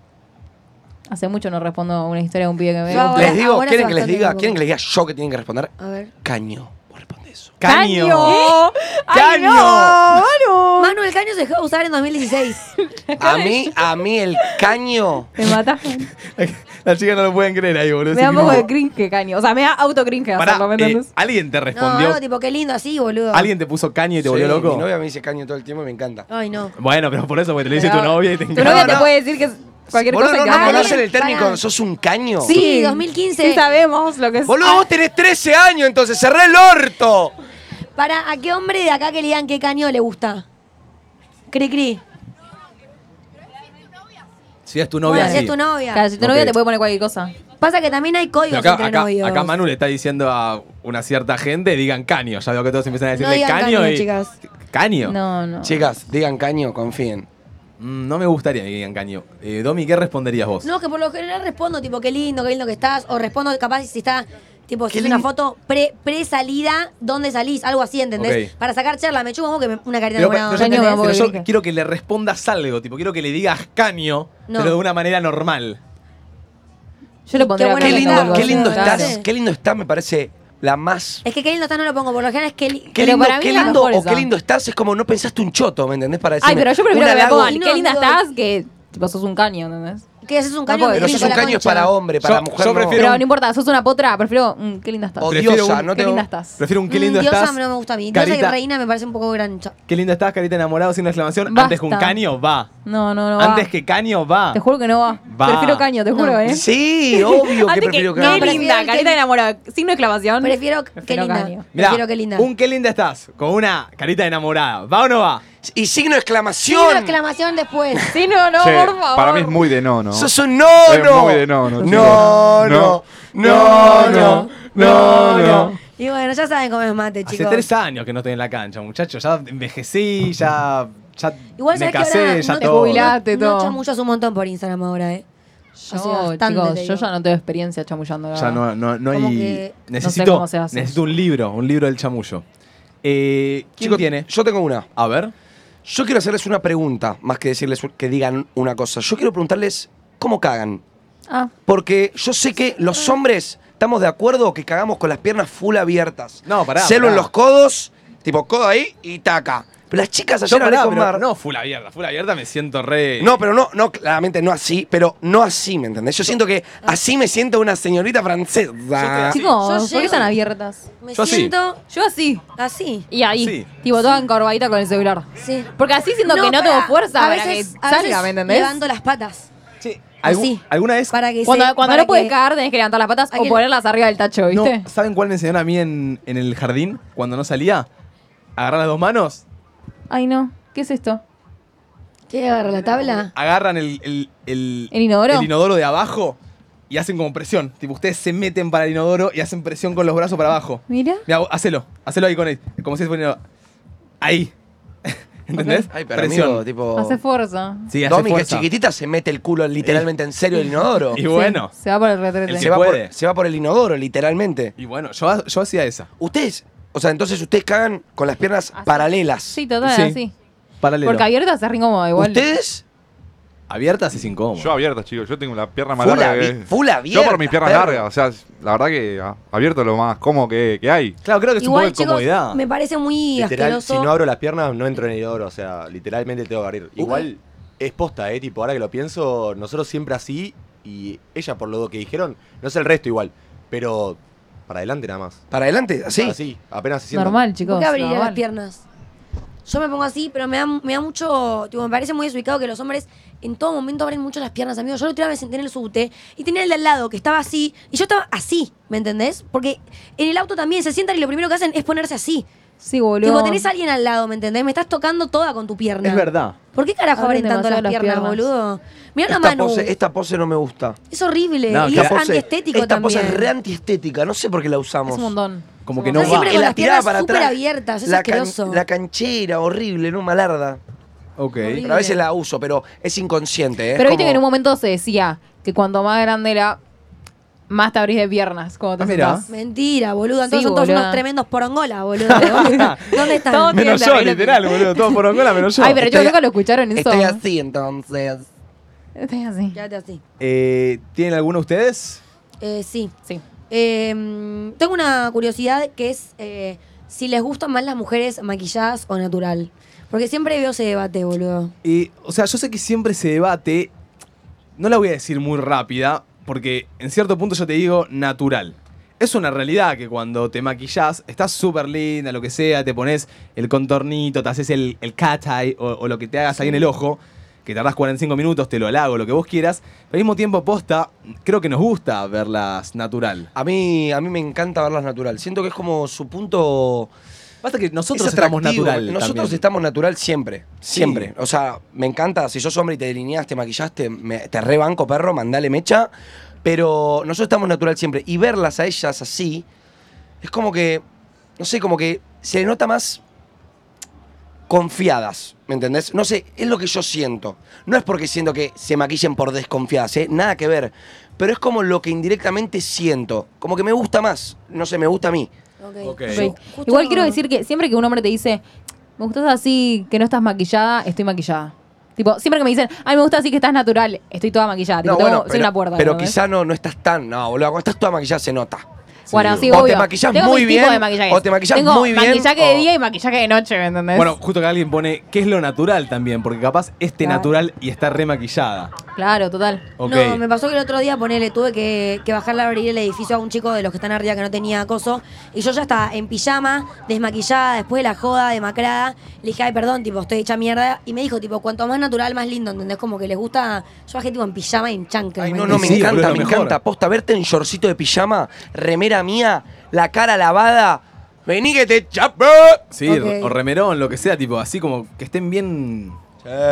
S3: Hace mucho no respondo a una historia de un pibe que me
S4: Yo
S3: gusta.
S4: ahora-
S2: les digo,
S4: ahora
S2: ¿quieren que
S4: hace
S2: les
S4: bastante
S2: diga?
S4: tiempo.
S2: ¿Quieren que les diga yo que tienen que responder?
S4: A ver.
S2: Caño. Vos responde eso.
S1: ¡Caño!
S3: ¡Caño!
S1: ¡Caño!
S3: ¡Manu!
S4: Manuel Caño se dejó de usar en 2016.
S2: A mí, a mí el caño.
S3: Me matas.
S1: Las chicas no lo pueden creer ahí, boludo.
S3: Me da un poco de cringe, caño. O sea, me da auto cringe
S1: Pará,
S3: hacerlo, ¿me
S1: eh,
S3: entendés?
S1: ¿Alguien te
S4: No,
S1: respondió?
S4: algo tipo, qué lindo así, boludo.
S1: ¿Alguien te puso caño y te
S2: Sí,
S1: volvió loco?
S2: Mi novia me dice caño todo el tiempo y me encanta.
S4: Ay, no.
S1: Bueno, pero por eso, porque te lo dice
S3: Pero-
S1: tu novia y te
S3: Tu
S1: encanta.
S3: novia
S2: No,
S3: te
S2: no.
S3: puede decir que es cualquier
S2: Boludo,
S3: cosa
S2: no
S3: que
S4: no
S3: haga.
S2: conocen
S4: Dale,
S2: el técnico,
S4: pará.
S2: sos un caño.
S4: Sí, 2015.
S3: Sí sabemos lo que es.
S2: Boludo, vos tenés 13 años, entonces cerré el orto.
S4: Para, ¿a qué hombre de acá que le digan qué caño le gusta? Cri cri.
S1: Si es tu
S4: Bueno,
S1: novia,
S4: si
S1: sí.
S4: es tu novia.
S3: Claro, si
S1: Ok.
S3: tu
S4: Ah,
S3: novia te puede poner cualquier cosa.
S4: Pasa que también hay
S1: Pero
S4: códigos
S1: acá,
S4: entre
S1: acá-
S4: novios.
S1: acá Manu le está diciendo a una cierta gente, digan caño. Ya veo que todos empiezan a
S4: no
S1: decirle
S4: digan
S1: caño,
S4: caño,
S1: y.
S4: chicas.
S1: Caño.
S3: No, no.
S2: Chicas, digan caño, confíen.
S1: Mm, No me gustaría que digan caño. Eh, Domi, ¿qué responderías vos?
S4: No, que por lo general respondo, tipo, qué lindo, qué lindo que estás. O respondo, capaz, si está, tipo, si es una foto pre- pre-salida, ¿dónde salís? Algo así, ¿entendés?
S1: Ok.
S4: Para sacar charla, me chupa un poco que me- una carita
S1: Pero,
S4: de buena
S1: pero
S4: onda.
S1: yo, entendés, pero yo quiero que le respondas algo, tipo, quiero que le digas caño,
S4: No.
S1: pero de una manera normal.
S3: Yo le pondría
S4: Qué bueno
S2: Qué
S4: que
S2: lindo,
S4: estás,
S2: qué lindo
S4: boludo.
S2: estás, qué lindo estás, me parece la más.
S4: Es que qué lindo estás no lo pongo, por lo general es que li-
S2: Qué
S3: Eh, Pero
S2: lindo,
S3: para mí
S2: qué
S3: es la
S2: lindo
S3: mejor
S2: o
S3: esa.
S2: qué lindo estás es como no pensaste un choto, ¿me entendés? Para
S3: Ay,
S2: decirme,
S3: pero yo prefiero
S2: un
S3: que me
S2: halago-
S3: pongan.
S4: Y no,
S3: Qué linda
S4: amigo,
S3: estás, que tipo, sos un caño, ¿entendés?
S4: que haces un caño.
S3: puedo
S4: me
S2: Pero
S3: decir.
S4: pico
S2: sos un
S4: la
S2: caño es
S4: concha.
S2: para hombre, para
S1: Yo-
S2: mujer
S1: yo
S2: no.
S1: prefiero-
S3: Pero no importa, sos una potra, prefiero. mm, qué linda estás.
S2: Odiosa,
S1: Prefiero un-
S2: no
S3: qué
S2: te
S3: linda estás.
S1: Prefiero un qué
S4: Mm,
S1: lindo
S4: diosa
S1: estás.
S4: no me gusta a mí. Diosa
S1: Carita,
S4: y reina me parece un poco grancha.
S1: Qué lindo estás, carita enamorado, sin exclamación. Antes que un
S3: Basta.
S1: caño, va.
S3: No, no, no. va.
S1: Antes que caño, va.
S3: Te juro que no va.
S1: Va.
S3: Prefiero caño, te juro,
S4: No.
S3: ¿eh?
S2: Sí, obvio que
S3: Antes
S2: prefiero
S3: que,
S2: caño.
S3: Qué
S4: Prefiero
S3: linda,
S4: el
S3: carita
S4: que-
S3: enamorada. Signo de exclamación.
S4: Prefiero que
S3: Prefiero
S4: linda.
S3: caño.
S1: Mirá,
S4: Prefiero que linda.
S1: un qué linda estás, con una carita enamorada. ¿Va o no va?
S2: Y signo de
S4: Sí, una
S2: exclamación.
S4: exclamación después.
S3: Sí, no, no,
S6: Che,
S3: por favor.
S6: Para mí es muy de no, ¿no?
S2: Sos un no,
S6: Es
S2: no.
S6: muy de no, no, chicos.
S2: no, no, no, no, no, no.
S4: Y bueno, ya saben cómo es mate,
S1: Hace
S4: chicos.
S1: tres años que no estoy en la cancha, muchachos. Ya envejecí, ya, ya
S4: Igual
S1: me
S4: sabés que
S1: casé,
S4: ahora
S1: ya
S4: no te
S1: todo.
S3: jubilás. Date
S4: No
S3: todo.
S4: chamuchas un montón por Instagram ahora, eh.
S3: Yo,
S4: Hace bastante,
S3: chicos,
S4: te
S3: yo
S4: digo.
S3: ya no tengo experiencia chamullando. la
S1: Ya no,
S3: verdad.
S1: no, no
S4: Como
S1: hay.
S4: que
S1: Necesito,
S3: cómo se hace.
S1: necesito un libro, un libro del chamullo. Eh, ¿Quién
S2: Chicos,
S1: tiene?
S2: Yo tengo una.
S1: A ver.
S2: Yo quiero hacerles una pregunta, más que decirles que digan una cosa. Yo quiero preguntarles cómo cagan.
S3: Ah,
S2: Porque yo sé que los hombres estamos de acuerdo que cagamos con las piernas full abiertas.
S1: No, pará,
S2: Celo en
S1: pará.
S2: los codos, tipo codo ahí y taca. Pero las chicas ayer
S1: Yo
S2: hablé
S1: pará,
S2: con
S1: pero
S2: Mar.
S1: No, full abierta. Full abierta me siento re.
S2: No, pero no, no, claramente no así, pero no así, ¿me entendés? Yo siento que
S3: Ah.
S2: así me siento una señorita francesa.
S4: Yo
S3: chicos, ¿por
S4: llego-
S3: qué están abiertas?
S4: Me
S1: Yo así.
S4: siento
S3: Yo así.
S4: así.
S3: Y ahí,
S1: Ah, Sí.
S3: tipo toda encorvadita con el celular.
S4: Sí.
S3: Porque así siento que no
S4: pará.
S3: tengo fuerza
S4: a
S3: para
S4: veces,
S3: que
S4: a
S3: salga,
S4: veces
S3: ¿me entendés?
S4: Levando las patas.
S1: ¿Algú-
S4: así.
S1: ¿Alguna vez?
S4: Para que
S3: Cuando,
S4: se-
S3: cuando
S4: para
S3: no puedes
S4: que-
S3: cagar, tenés que levantar las patas
S4: Hay que-
S3: o ponerlas arriba del tacho,
S1: No,
S3: ¿viste?
S1: ¿Saben cuál me enseñaron a mí en, en el jardín cuando no salía? Agarran las dos manos,
S3: Ay, no. ¿Qué es esto?
S4: ¿Qué agarra la tabla?
S1: agarran el, el,
S3: ¿El inodoro?
S1: el inodoro de abajo y hacen como presión. Tipo, ustedes se meten para el inodoro y hacen presión con los brazos para abajo.
S3: Mira.
S1: Mira, vos, hacelo, hacelo ahí con él. Como si fuera. Ahí. ¿Entendés?
S2: Ay, pero amigo,
S1: Oh.
S2: tipo...
S3: Hace fuerza.
S1: Sí, hace
S2: Domi, que es
S1: fuerza.
S2: chiquitita, se mete el culo literalmente en serio el inodoro.
S1: Y bueno.
S3: Sí, se va por el retrete.
S1: El
S2: Se
S1: que
S2: va, por,
S1: puede.
S2: se va por el inodoro, literalmente.
S1: Y bueno, yo, yo hacía esa.
S2: Ustedes, o sea, entonces ustedes cagan con las piernas
S3: Así.
S2: paralelas.
S3: Sí, total,
S1: Sí.
S3: así.
S1: Paralelo.
S3: Porque abiertas es re incómodo, igual.
S2: ¿Ustedes?
S1: Abiertas es incómodo.
S6: Yo abierta, chicos. Yo tengo la pierna más
S2: Full,
S6: larga.
S2: abi-
S6: que-
S2: full abierta.
S6: Yo por mis piernas
S2: perro.
S6: largas. O sea, la verdad que ah, abierto es lo más cómodo que, que hay.
S1: claro, creo que es
S4: Igual,
S1: un poco de
S4: chicos,
S1: comodidad.
S4: me parece muy
S7: Literal, si
S4: asqueroso.
S7: no abro las piernas, no entro en el oro. O sea, literalmente tengo que abrir. Igual es posta, ¿eh? Tipo, ahora que lo pienso, nosotros siempre así y ella, por lo que dijeron, no es el resto igual, pero para adelante nada más.
S2: Para adelante, así.
S7: Así, apenas se sientan.
S3: Normal,
S4: ¿Por
S3: chicos.
S4: qué abriría las
S3: normal.
S4: piernas? Yo me pongo así, pero me da, me da mucho. tipo, me parece muy desubicado que los hombres en todo momento abren mucho las piernas, amigos. Yo la otra vez me senté en el subte y tenía el de al lado que estaba así y yo estaba así, ¿me entendés? Porque en el auto también se sientan y lo primero que hacen es ponerse así.
S3: Sí, boludo.
S4: Tipo, tenés a alguien al lado, ¿me entendés? Me estás tocando toda con tu pierna.
S1: Es verdad.
S4: ¿Por qué carajo
S3: Abren
S4: abren tanto las
S3: demasiado
S4: piernas,
S3: las piernas.
S4: boludo? Mira la
S2: Esta
S4: mano.
S2: pose, esta pose no me gusta.
S4: Es horrible.
S1: No,
S4: y
S1: que
S4: es
S1: la
S4: antiestético
S2: esta
S4: también.
S2: pose es re antiestética, no sé por qué la usamos.
S3: Es un montón.
S1: Como
S3: Es
S1: que
S3: un
S1: no
S4: Yo
S1: va.
S4: siempre
S2: Y
S4: con
S2: la
S4: las
S2: tirada
S4: piernas
S2: para
S4: súper
S2: atrás.
S4: abiertas, es
S2: la, can-
S4: asqueroso.
S2: la canchera, horrible, no malarda.
S1: Ok.
S4: Horrible.
S2: Pero a veces la uso, pero es inconsciente. ¿eh?
S3: Pero
S2: Es
S3: viste
S2: como-
S3: que en un momento se decía que cuanto más grande era, más te abrís de piernas. Como te
S1: Ah, mirá.
S3: sentás.
S4: Mentira, boludo. Entonces
S3: Sí,
S4: son todos
S3: boluda.
S4: unos tremendos porongolas, boludo. ¿Dónde, dónde están?
S3: Todos tienen
S1: Menos
S3: la
S1: yo,
S3: regla-
S1: literal, boludo. Todo por Angola, menos yo.
S3: Ay, pero yo
S2: Estoy-
S3: nunca lo escucharon eso.
S2: Estoy así, entonces.
S3: Estoy así.
S4: Quédate así.
S1: Eh, ¿Tienen alguno ustedes?
S4: Eh, sí.
S3: Sí.
S4: Eh, mm, tengo una curiosidad que es eh, si les gustan más las mujeres maquilladas o natural. Porque siempre veo ese debate, boludo.
S1: Eh, o sea, yo sé que siempre se debate. No la voy a decir muy rápida, porque en cierto punto yo te digo natural. Es una realidad que cuando te maquillás, estás súper linda, lo que sea, te pones el contornito, te haces el, el cat eye o, o lo que te hagas ahí en el ojo, que tardás 45 minutos, te lo halago, lo que vos quieras. Pero al mismo tiempo, posta, creo que nos gusta verlas natural.
S2: A mí, a mí me encanta verlas natural. Siento que es como su punto.
S1: Basta que nosotros
S2: es
S1: estamos
S2: atractivo.
S1: natural.
S2: Nosotros
S1: también.
S2: estamos natural siempre. Siempre. O sea, me encanta. Si sos hombre y te delineás, te maquillaste, te rebanco, perro, mandale mecha. Pero nosotros estamos natural siempre. Y verlas a ellas así, es como que, no sé, como que se les nota más confiadas, ¿me entendés? No sé, es lo que yo siento. No es porque siento que se maquillen por desconfiadas, ¿eh? Nada que ver. Pero es como lo que indirectamente siento. Como que me gusta más. No sé, me gusta a mí.
S3: Ok. Igual quiero decir que siempre que un hombre te dice, me gustas así, que no estás maquillada, estoy maquillada. Tipo, siempre que me dicen, ay, me gusta así que estás natural, estoy toda maquillada. Tipo,
S2: No,
S3: tengo-
S2: bueno,
S3: soy
S2: pero,
S3: una puerta.
S2: pero
S3: ¿no? ¿ves?
S2: quizá no, no estás tan. No, boludo, cuando estás toda maquillada se nota.
S3: Bueno, sí,
S2: o
S3: obvio.
S2: te maquillas
S3: Tengo
S2: muy
S3: mis tipos
S2: bien.
S3: de maquillajes.
S2: o te maquillas
S3: Tengo
S2: muy bien.
S3: maquillaje de día y maquillaje de noche, ¿me entendés?
S1: Bueno, justo que alguien pone qué es lo natural también, porque capaz este
S3: Claro.
S1: natural y está remaquillada.
S3: Claro, total.
S1: Ok.
S4: No, me pasó que el otro día, ponele, tuve que, que bajarle a abrir el edificio a un chico de los que están arriba que no tenía acoso. Y yo ya estaba en pijama, desmaquillada, después de la joda, demacrada. Le dije, ay, perdón, tipo, estoy hecha mierda. Y me dijo, tipo, cuanto más natural, más lindo, ¿entendés? Como que les gusta. Yo bajé, tipo, en pijama y en chancla.
S2: No, no, me
S1: Sí, boludo,
S2: encanta, me
S1: lo mejor.
S2: encanta. Posta, verte en shortcito de pijama, remera mía, la cara lavada. Vení que te chapo.
S1: Sí,
S4: Ok.
S1: o remerón, lo que sea, tipo, así como que estén bien.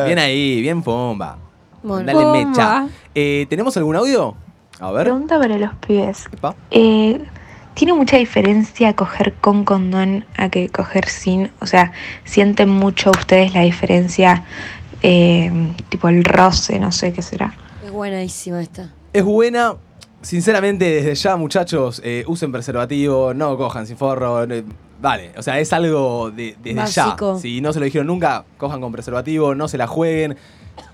S1: Bien ahí, bien pomba.
S4: Bueno.
S1: Dale
S4: Pomba.
S1: mecha. Eh, ¿Tenemos algún audio? A ver.
S12: Pregunta para los pibes.
S1: Epa.
S12: Eh, ¿Tiene mucha diferencia coger con condón a que coger sin? O sea, ¿sienten mucho ustedes la diferencia? eh, tipo el roce, no sé qué será.
S4: Es buenísima esta.
S1: Es buena. Sinceramente, desde ya, muchachos, eh, usen preservativo, no cojan sin forro. eh, Vale, o sea, es algo de, desde
S4: Básico.
S1: ya. Si no se lo dijeron nunca, cojan con preservativo, no se la jueguen.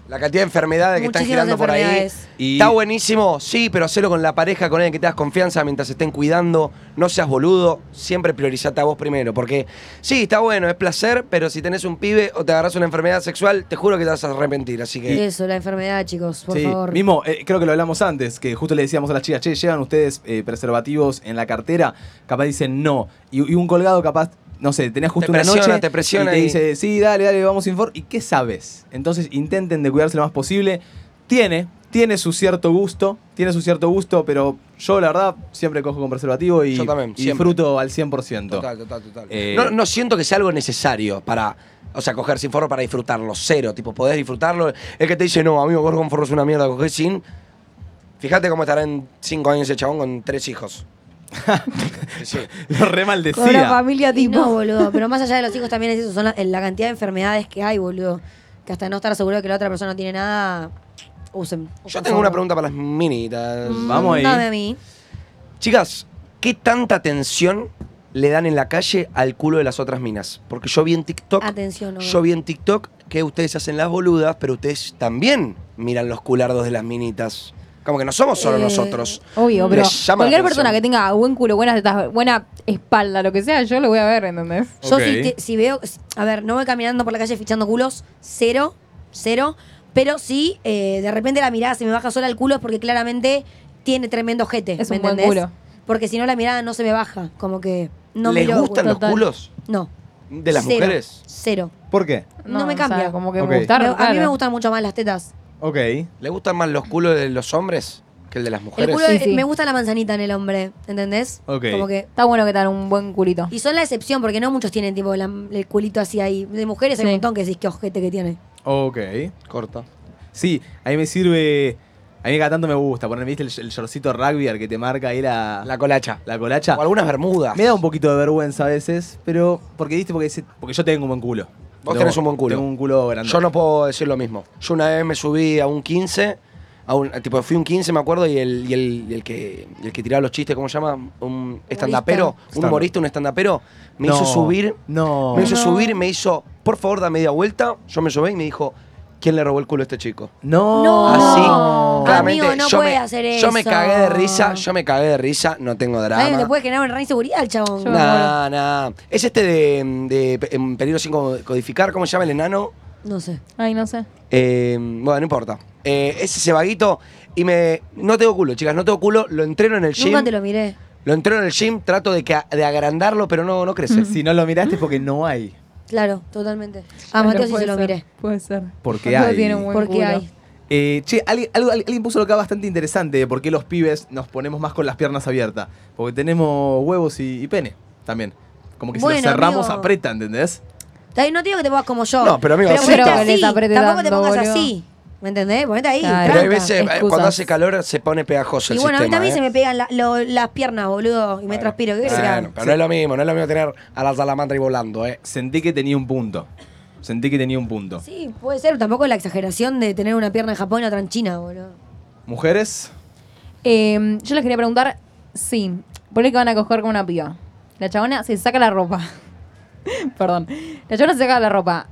S2: La cantidad de enfermedades que están
S4: Muchísimas
S2: girando por ahí.
S4: enfermedades.
S1: Y-
S2: Está buenísimo, sí, pero hacelo con la pareja, con alguien que te das confianza mientras se estén cuidando. No seas boludo, siempre priorizate a vos primero. Porque sí, está bueno, es placer, pero si tenés un pibe o te agarras una enfermedad sexual, te juro que te vas a arrepentir. Así que.
S4: Eso, la enfermedad, chicos, por
S1: sí,
S4: favor.
S1: mismo, eh, creo que lo hablamos antes, que justo le decíamos a las chicas, che, llevan ustedes eh, preservativos en la cartera, capaz dicen no. Y, y un colgado capaz, no sé, tenés justo
S2: Te
S1: una
S2: presiona,
S1: noche
S2: te presiona
S1: y te
S2: y-
S1: dice, sí, dale, dale, vamos sin for. ¿Y qué sabes? Entonces intenten de cuidarse lo más posible. Tiene, tiene su cierto gusto, tiene su cierto gusto, pero yo la verdad siempre cojo con preservativo y,
S2: Yo también,
S1: y
S2: siempre.
S1: disfruto al 100%.
S2: Total, total, total.
S1: Eh,
S2: no, no siento que sea algo necesario para. O sea, coger sin forro para disfrutarlo, cero. Tipo, podés disfrutarlo. El que te dice, no, amigo, coger con forro es una mierda, coger sin. Fíjate cómo estará en cinco años ese chabón con tres hijos. Sí.
S1: Lo re maldecía.
S3: familia
S4: Y No, boludo, pero más allá de los hijos también es eso, son la, eh, la cantidad de enfermedades que hay, boludo. Que hasta no estar seguro de que la otra persona no tiene nada, usen.
S2: Yo tengo una pregunta para las minitas.
S3: Mm,
S1: Vamos ahí.
S4: Dame a mí.
S2: Chicas, ¿qué tanta atención le dan en la calle al culo de las otras minas? Porque yo vi en TikTok.
S4: Atención, no.
S2: Yo vi en TikTok que ustedes se hacen las boludas, pero ustedes también miran los culardos de las minitas. Como que no somos solo
S4: Eh,
S2: nosotros.
S3: Obvio,
S2: Les
S3: pero
S2: llama la
S3: cualquier
S2: atención.
S3: persona que tenga buen culo, buenas tetas, buena espalda, lo que sea, yo lo voy a ver, ¿entendés?
S4: Yo
S1: Ok.
S4: si, te- si veo, a ver, no voy caminando por la calle fichando culos, cero, cero, pero sí, eh, de repente la mirada se me baja sola al culo es porque claramente tiene tremendo jete,
S3: Es
S4: ¿me
S3: un buen
S4: entendés?
S3: culo.
S4: Porque si no la mirada no se me baja, como que no
S2: ¿Les
S4: me lo
S2: gustan los culos
S4: No,
S2: de las
S4: Cero.
S2: mujeres?
S4: cero.
S1: ¿Por qué?
S4: No, me
S3: o
S4: cambia.
S3: sea, como que
S1: Ok.
S3: me gustaron.
S4: Me- a mí
S3: claro.
S4: me gustan mucho más las tetas.
S1: Ok.
S2: ¿Les gustan más los culos de los hombres que el de las
S4: El
S2: mujeres?
S4: culo,
S3: Sí,
S4: de-
S3: sí.
S4: me gusta la manzanita en el hombre, ¿entendés?
S1: Ok.
S4: Como que
S3: Está bueno que te dan un buen culito.
S4: Y son la excepción, porque no muchos tienen tipo la- el culito así ahí. De mujeres hay
S3: Sí.
S4: un montón que decís qué ojete que tiene.
S1: Ok.
S2: Corta.
S1: Sí, a mí me sirve. A mí cada tanto me gusta. Ponerme, viste, el, el shortcito rugby al que te marca ahí la,
S2: Ah, La colacha.
S1: la colacha.
S2: O algunas bermudas.
S1: Me da un poquito de vergüenza a veces, pero. Porque, viste, porque, se- porque yo tengo un buen culo.
S2: Vos
S1: Tengo-
S2: tenés un buen culo.
S1: Tengo un culo grande.
S2: Yo no puedo decir lo mismo. Yo una vez me subí a un 15, a un, a tipo, fui un 15, me acuerdo, y el, y el, y el que, y el que tiraba los chistes, ¿cómo se llama? Un estandapero, un
S1: Stand-up.
S2: humorista, un estandapero, me
S1: No,
S2: hizo subir,
S1: No.
S2: me hizo subir, me hizo, por favor, da media vuelta. Yo me subí y me dijo, ¿quién le robó el culo a este chico?
S1: No.
S4: No.
S2: Así,
S4: Ah, Amigo,
S2: claramente,
S4: no
S2: yo,
S4: puede
S2: me,
S4: hacer
S2: yo me
S4: eso.
S2: cagué de risa, yo me cagué de risa, no tengo
S4: ¿Sabes? Te
S2: drama.
S4: puede generar una gran inseguridad el chabón.
S3: Yo-
S2: Nah, nah. Es este de, de, en Peligro sin codificar, ¿cómo se llama el enano?
S4: No sé.
S3: Ay, no sé.
S2: Eh, bueno, no importa. Eh, es ese vaguito y me. No tengo culo, chicas, no tengo culo. Lo entreno en el gym.
S4: Nunca te lo miré.
S2: Lo entreno en el gym, trato de, que, de agrandarlo, pero no, no crece.
S4: Mm.
S1: Si no lo miraste es porque no hay.
S4: Claro, totalmente. A
S3: Ay, no
S4: Ah, Mateo sí
S3: puede
S4: se lo
S3: ser,
S4: miré.
S3: Puede ser.
S1: Porque
S3: Mateo
S1: hay.
S3: tiene un buen
S4: Porque
S3: culo.
S4: hay.
S1: Eh, che, alguien, algo- alguien puso lo que bastante interesante de por qué los pibes nos ponemos más con las piernas abiertas. Porque tenemos huevos y, y pene también. Como que si
S4: Bueno,
S1: los cerramos
S4: amigo.
S1: aprieta, ¿entendés?
S4: Está bien, No te digo que te pongas como yo.
S2: No, pero amigo,
S4: pero
S2: sí.
S4: ponete
S3: Creo que
S4: así.
S3: les apreté
S4: Tampoco te
S3: tanto,
S4: pongas
S3: boludo.
S4: así. ¿Me entendés? Ponete ahí.
S2: Pero hay
S4: tranca.
S2: veces, eh,
S4: Excusas.
S2: cuando hace calor, se pone pegajoso
S4: Y
S2: el
S4: bueno, a mí
S2: sistema.
S4: también
S2: ¿eh?
S4: se me pegan la- lo- las piernas, boludo, y me transpiro. ¿Qué querés que haga?
S2: Bueno, pero no es lo mismo, no es lo mismo tener a la salamandra y volando, ¿eh?
S1: Sentí que tenía un punto. Sentí que tenía un punto.
S4: Sí, puede ser. Tampoco la exageración de tener una pierna en Japón y otra en China, boludo.
S1: ¿Mujeres?
S3: Eh, yo les quería preguntar, sí, ponle que van a coger con una piba. La chabona se saca la ropa. Perdón. La chabona se saca la ropa.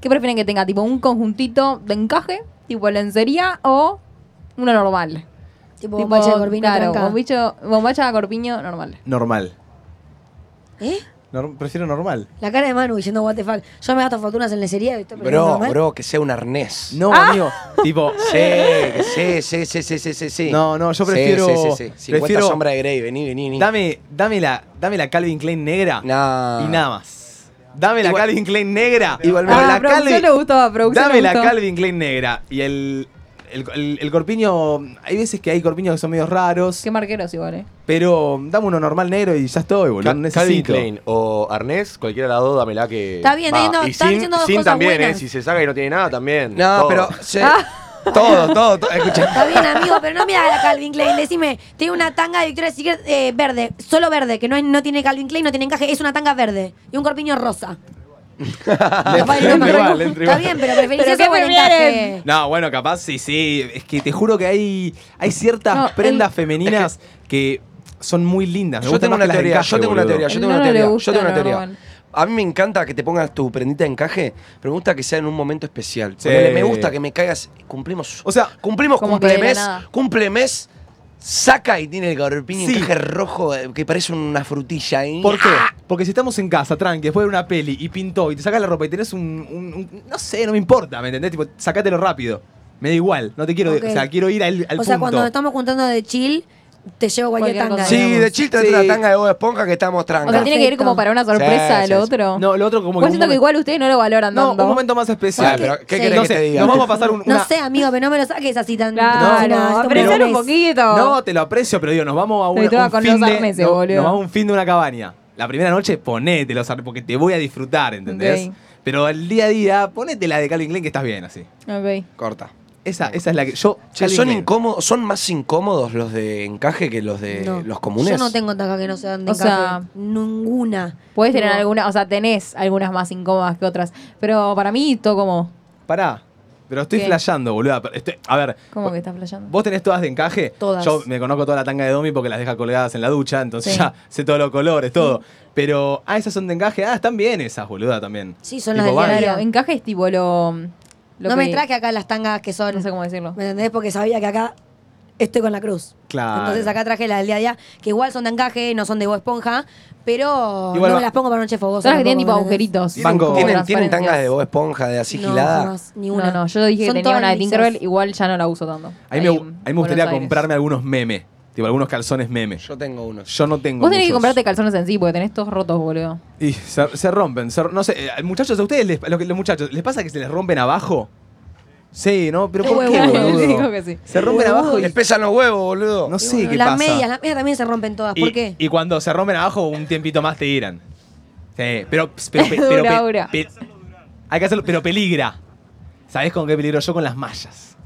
S3: ¿Qué prefieren que tenga? ¿Tipo un conjuntito de encaje? ¿Tipo lencería o uno normal?
S4: Tipo bombacha de corpiño,
S3: Claro,
S4: tranca.
S3: bombicho- bombacha de corpiño normal.
S1: Normal.
S4: ¿Eh?
S1: Nor- prefiero normal.
S4: La cara de Manu diciendo, what the fuck. Yo me gasto fortunas en lencería y estoy pensando
S2: Bro,
S4: normal.
S2: bro, que sea un arnés.
S1: No, amigo. Tipo.
S2: Sí, que sí, sí, sí, sí, sí, sí, sí.
S1: No, no, yo
S2: Sí,
S1: prefiero-
S2: Sí, sí, sí. 50
S1: prefiero-
S2: sombra de Grey, vení, vení, vení.
S1: Dame, dame, la, dame la Calvin Klein negra y nada más. Dame la
S2: Igual-
S1: Calvin Klein negra.
S2: Igual-
S1: pero
S2: Ah,
S1: la
S3: producción
S1: Calvin-
S3: le gustó, a producción
S1: Dame
S3: le
S1: la
S3: gustó.
S1: Calvin Klein negra y el, el, el- el corpiño. Hay veces que hay corpiños que son medio raros.
S3: Qué marqueros igual, eh.
S1: Pero dame uno normal negro y ya estoy, boludo.
S7: Calvin
S1: no necesito.
S7: Klein o Arnés, cualquiera de las dos, dámela que.
S4: Está bien,
S7: va.
S4: está diciendo-
S7: Y
S4: está
S7: sin,
S4: diciendo dos
S7: sin
S4: cosas
S7: también,
S4: buenas.
S7: ¿eh? Si se saca y no tiene nada, también.
S2: No,
S7: Todo.
S2: pero. se-
S1: Ah.
S2: Todo, todo, todo. Escucha.
S4: Está bien, amigo, pero no me hagas la Calvin Klein. Decime, tiene una tanga de Victoria's Secret eh, verde, solo verde, que no, es- no tiene Calvin Klein, no tiene encaje, es una tanga verde y un corpiño rosa.
S1: Le
S4: Capaz
S1: entra
S4: no me-
S1: igual, le entra
S4: Está
S1: igual.
S4: bien, pero preferís
S3: ¿Pero
S4: eso
S3: qué
S4: o el
S3: prefieren?
S4: encaje.
S1: No, bueno, capaz sí, sí. Es que te juro que hay, hay ciertas
S3: No, el-
S1: prendas femeninas que son muy lindas. Me
S2: Yo
S1: gustan
S2: tengo
S1: más que
S2: una
S1: las de
S2: teoría,
S1: encaje,
S2: yo tengo una
S1: boludo.
S2: teoría, yo
S3: El
S2: tengo
S3: no
S2: una
S3: le
S2: teoría,
S3: gusta
S2: yo tengo una
S3: lo
S2: teoría.
S3: normal.
S2: A mí me encanta que te pongas tu prendita de encaje, pero me gusta que sea en un momento especial.
S1: Sí.
S2: Ponele, me gusta que me caigas. Cumplimos.
S1: O sea,
S2: Cumplimos
S3: Como que de la
S2: cumplemes.
S3: nada.
S2: Cumplemes. Saca y tiene el corpiño
S1: Sí.
S2: encaje rojo eh, que parece una frutilla ahí.
S1: ¿Por qué?
S2: ¡Ah!
S1: Porque si estamos en casa, tranqui, después de ver una peli y pintó y te sacas la ropa y tenés un, un- un- No sé, no me importa, ¿me entendés? Tipo, sacátelo rápido. Me da igual, no te quiero.
S4: Ok.
S1: O sea, quiero ir al, al
S4: O sea,
S1: punto.
S4: cuando nos estamos juntando de chill, te llevo cualquier,
S3: Cualquier
S4: tanga.
S3: cosa.
S2: Sí,
S4: digamos.
S2: de chiste
S1: Sí.
S2: una tanga de Bob Esponja que estamos
S3: O
S2: tranca.
S3: sea, tiene que ir como para una sorpresa
S2: Sí,
S3: del
S2: sí, sí.
S3: otro.
S1: No, lo otro como
S3: Igual
S1: que. un
S3: siento que
S1: momen-
S3: igual ustedes no lo valoran
S1: No,
S3: tanto.
S1: un momento más especial.
S2: Bueno, pero, ¿qué
S4: Sí.
S2: querés
S1: no
S2: que
S1: sé,
S2: te diga?
S1: nos vamos a pasar un.
S4: No
S1: una-
S4: sé, amigo, pero no me lo saques así tan.
S3: Claro,
S4: No, no,
S3: aprecialo
S4: esto me
S3: un
S4: lo merece.
S3: poquito.
S1: No, te lo aprecio, pero digo, nos vamos a una-
S3: Sobre todo
S1: un
S3: con
S1: fin
S3: los
S1: de,
S3: arneses,
S1: no-
S3: boludo.
S1: Nos vamos a un fin de una cabaña. La primera noche ponete los arneses porque te voy a disfrutar, ¿entendés?
S3: Ok.
S1: Pero el día a día, ponete la de Calvin Klein que estás bien así.
S3: Ok.
S2: Corta.
S1: Esa, esa es la que yo.
S2: Che,
S1: Calvin
S2: son
S1: Klein.
S2: incómodos, son más incómodos los de encaje que los
S1: Eh,
S2: de
S4: No.
S2: los comunes.
S4: Yo no tengo tanga que no sean de
S3: O
S4: encaje.
S3: sea,
S4: ninguna.
S3: Puedes tener
S4: No.
S3: algunas, o sea, tenés algunas más incómodas que otras. Pero para mí, todo como.
S1: Pará. Pero estoy
S3: ¿Qué?
S1: flasheando, boluda. Pero estoy- a ver.
S3: ¿Cómo que estás flasheando?
S1: ¿Vos tenés todas de encaje?
S4: Todas.
S1: Yo me conozco toda la tanga de Domi porque las deja colgadas en la ducha, entonces
S3: Sí.
S1: ya sé todos los colores, todo. Pero, ah, esas son de encaje. Ah, están bien esas, boluda, también.
S4: Sí, son
S1: Tipo,
S4: las de
S1: van.
S4: día a día.
S3: Claro, encaje es tipo lo. lo
S4: no
S3: que-
S4: me traje acá las tangas que son.
S3: No sé cómo decirlo.
S4: ¿Me entendés? Porque sabía que acá estoy con la cruz.
S1: Claro.
S4: Entonces acá traje las del día a día, que igual son de encaje, no son de Bob esponja, pero
S1: Igual
S4: no
S1: va-
S4: me las pongo para noche fogosa.
S3: Son las que tienen tipo
S4: tampoco, ¿me entendés?
S3: agujeritos.
S1: Tienen-
S3: como
S2: ¿Tienen, tienen
S3: transparencias.
S2: tangas de Bob Esponja de así
S4: No,
S2: gilada?
S4: jamás, ni una.
S3: No, no, yo dije
S4: Son
S3: que tenía
S4: todas
S3: una de
S4: lisas.
S3: Tinkerbell, igual ya no la uso tanto.
S1: A mí, me,
S3: Ahí
S1: a
S3: en
S1: mí me gustaría
S3: Buenos Aires.
S1: comprarme algunos memes, tipo algunos calzones memes.
S2: Yo tengo unos.
S1: Yo no tengo.
S3: Vos tenés que
S1: muchos.
S3: comprarte calzones en sí, porque tenés todos rotos, boludo.
S1: Y se, se rompen. se- no sé, eh, muchachos, a ustedes, les, lo que- los muchachos, ¿les pasa que se les rompen abajo? Sí, ¿no? Pero ¿por qué,
S4: Huevudo.
S1: boludo?
S3: Digo que sí.
S1: Se rompen
S4: Huevudo.
S1: abajo y.
S2: Les pesan los huevos, boludo.
S1: No
S4: Y
S1: sé
S4: bueno,
S1: qué
S4: las
S1: pasa.
S4: medias, las medias también se rompen todas.
S1: Y-
S4: ¿Por qué?
S1: Y cuando se rompen abajo, un tiempito más te irán. Sí, pero. pero, pe- pero,
S3: Dura,
S1: pe-
S3: dura.
S1: pe- hay que hacerlo, pero peligra. ¿Sabés con qué peligro yo? Con las mallas.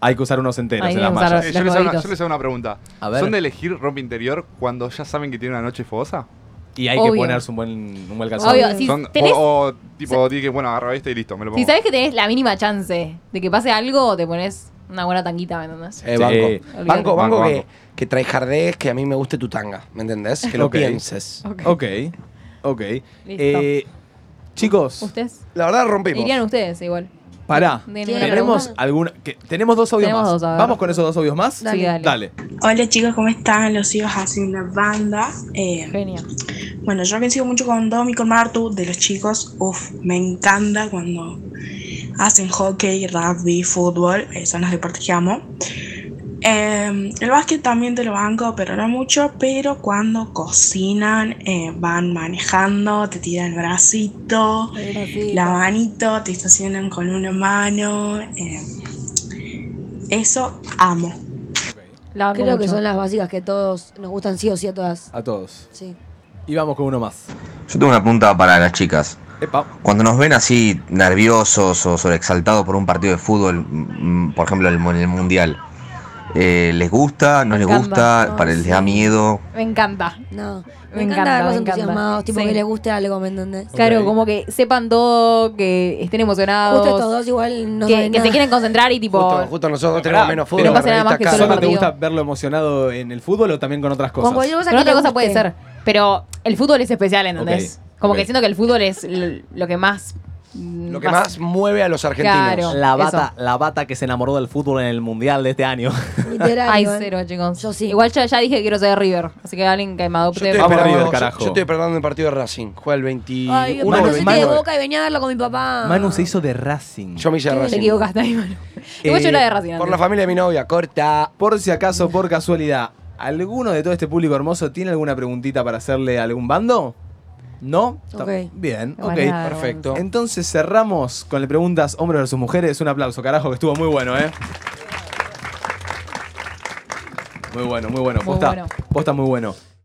S1: Hay que usar unos enteros
S3: Hay
S1: en
S3: que
S1: las
S3: usar-
S1: mallas.
S6: Eh,
S3: Los
S6: yo, les hago una,
S3: huevitos.
S6: yo les hago una pregunta.
S1: A ver.
S6: ¿Son de elegir ropa interior cuando ya saben que tiene una noche fogosa?
S1: Y hay
S3: Obvio.
S1: que ponerse un buen, un buen calzón.
S3: Obvio, si
S6: Son- o-
S3: tenés.
S6: o, tipo, dije, bueno, agarra este y listo, me lo pongo.
S3: Si sabes que tenés la mínima chance de que pase algo, te pones una buena tanguita, ¿me entendés?
S2: Eh, banco.
S1: Sí.
S2: banco. Banco,
S6: Banco,
S2: que,
S6: banco.
S2: que trae jardés, que a mí me guste tu tanga, ¿me entendés? Que lo
S1: Ok.
S2: pienses.
S1: Ok, ok. Eh, chicos,
S3: ¿Ustedes?
S2: La verdad rompimos.
S3: Irían ustedes igual.
S1: pará.
S3: ¿Tienen una
S1: Tenemos,
S3: pregunta?
S1: alguna, que- tenemos dos audios
S3: Tenemos
S1: más.
S3: dos, a ver.
S1: Vamos con esos dos audios más.
S3: Dale. Sí, dale.
S13: Hola chicos, ¿cómo están? Los hijos haciendo banda. Eh,
S3: Genial.
S13: bueno, yo coincido mucho con Domi, con Martu, de los chicos. Uf, me encanta cuando hacen hockey, rugby, fútbol. eh, son los deportes que amo. Eh, el básquet también te lo banco, pero no mucho. Pero cuando cocinan, eh, van manejando, te tiran el bracito, la manito, te estacionan con una mano. eh, eso amo.
S3: La amo
S4: Creo que
S3: mucho.
S4: son las básicas que todos nos gustan sí o sí a todas.
S1: A todos.
S4: Sí.
S1: Y vamos con uno más.
S11: Yo tengo una pregunta para las chicas. Cuando nos ven así nerviosos o sobreexaltados por un partido de fútbol, mm, por ejemplo el, mu- el Mundial, eh, ¿les gusta? ¿No les
S3: encanta.
S11: gusta?
S3: No,
S11: para ¿Les da miedo?
S3: Me encanta.
S4: No, me,
S3: Me
S4: encanta,
S3: encanta,
S4: verlos
S3: me encanta.
S4: entusiasmados, tipo
S3: Sí.
S4: que les guste algo, ¿me entendés?
S3: Claro, como que sepan todo, que estén emocionados.
S4: Justo estos dos igual no
S3: que,
S4: saben
S3: que se
S4: nada.
S3: quieren concentrar y tipo.
S2: Justo, justo nosotros tenemos
S1: Pará,
S2: menos
S1: pero
S2: fútbol.
S1: no pasa nada
S2: revista
S1: más que
S2: acá.
S1: solo te gusta verlo emocionado en el fútbol o también con otras cosas?
S3: Con cualquier cosa,
S4: que le
S3: cosa puede
S4: guste.
S3: ser. Pero el fútbol es especial, ¿entendés?
S1: Ok,
S3: Como
S1: ok.
S3: que siento que el fútbol es l- lo que más. mm,
S2: Lo que más mueve a los argentinos.
S3: Claro,
S1: la
S3: eso.
S1: bata, la bata que se enamoró del fútbol en el mundial de este año.
S4: Literal,
S3: Ay,
S4: igual.
S3: cero, chicos. Igual ya, ya dije que quiero ser de River. Así que alguien que me adopte.
S2: Yo estoy,
S1: Vamos,
S2: esperando,
S1: River,
S2: yo-
S1: carajo.
S2: yo estoy esperando el partido de Racing. Juega el 21
S4: Ay,
S2: o el
S4: Manu, yo soy de
S2: 29.
S4: boca y venía a verlo con mi papá.
S1: Manu se hizo de Racing.
S2: Yo me hice de
S4: Te
S3: Te
S2: Racing. Eh,
S3: equivocaste ahí, Manu. Igual yo era de Racing.
S2: Por
S3: antes.
S2: la familia de mi novia, corta.
S1: Por si acaso, por casualidad, ¿alguno de todo este público hermoso tiene alguna preguntita para hacerle a algún bando? ¿No? Ta-
S4: Ok.
S1: Bien,
S3: Me
S1: ok.
S3: van a dar
S1: Ah,
S2: Perfecto.
S3: bronca.
S1: Entonces cerramos con las preguntas hombres versus mujeres. Un aplauso, carajo, que estuvo muy bueno, ¿eh? Muy bueno, muy bueno.
S3: Muy
S1: Posta,
S3: bueno.
S1: posta muy bueno.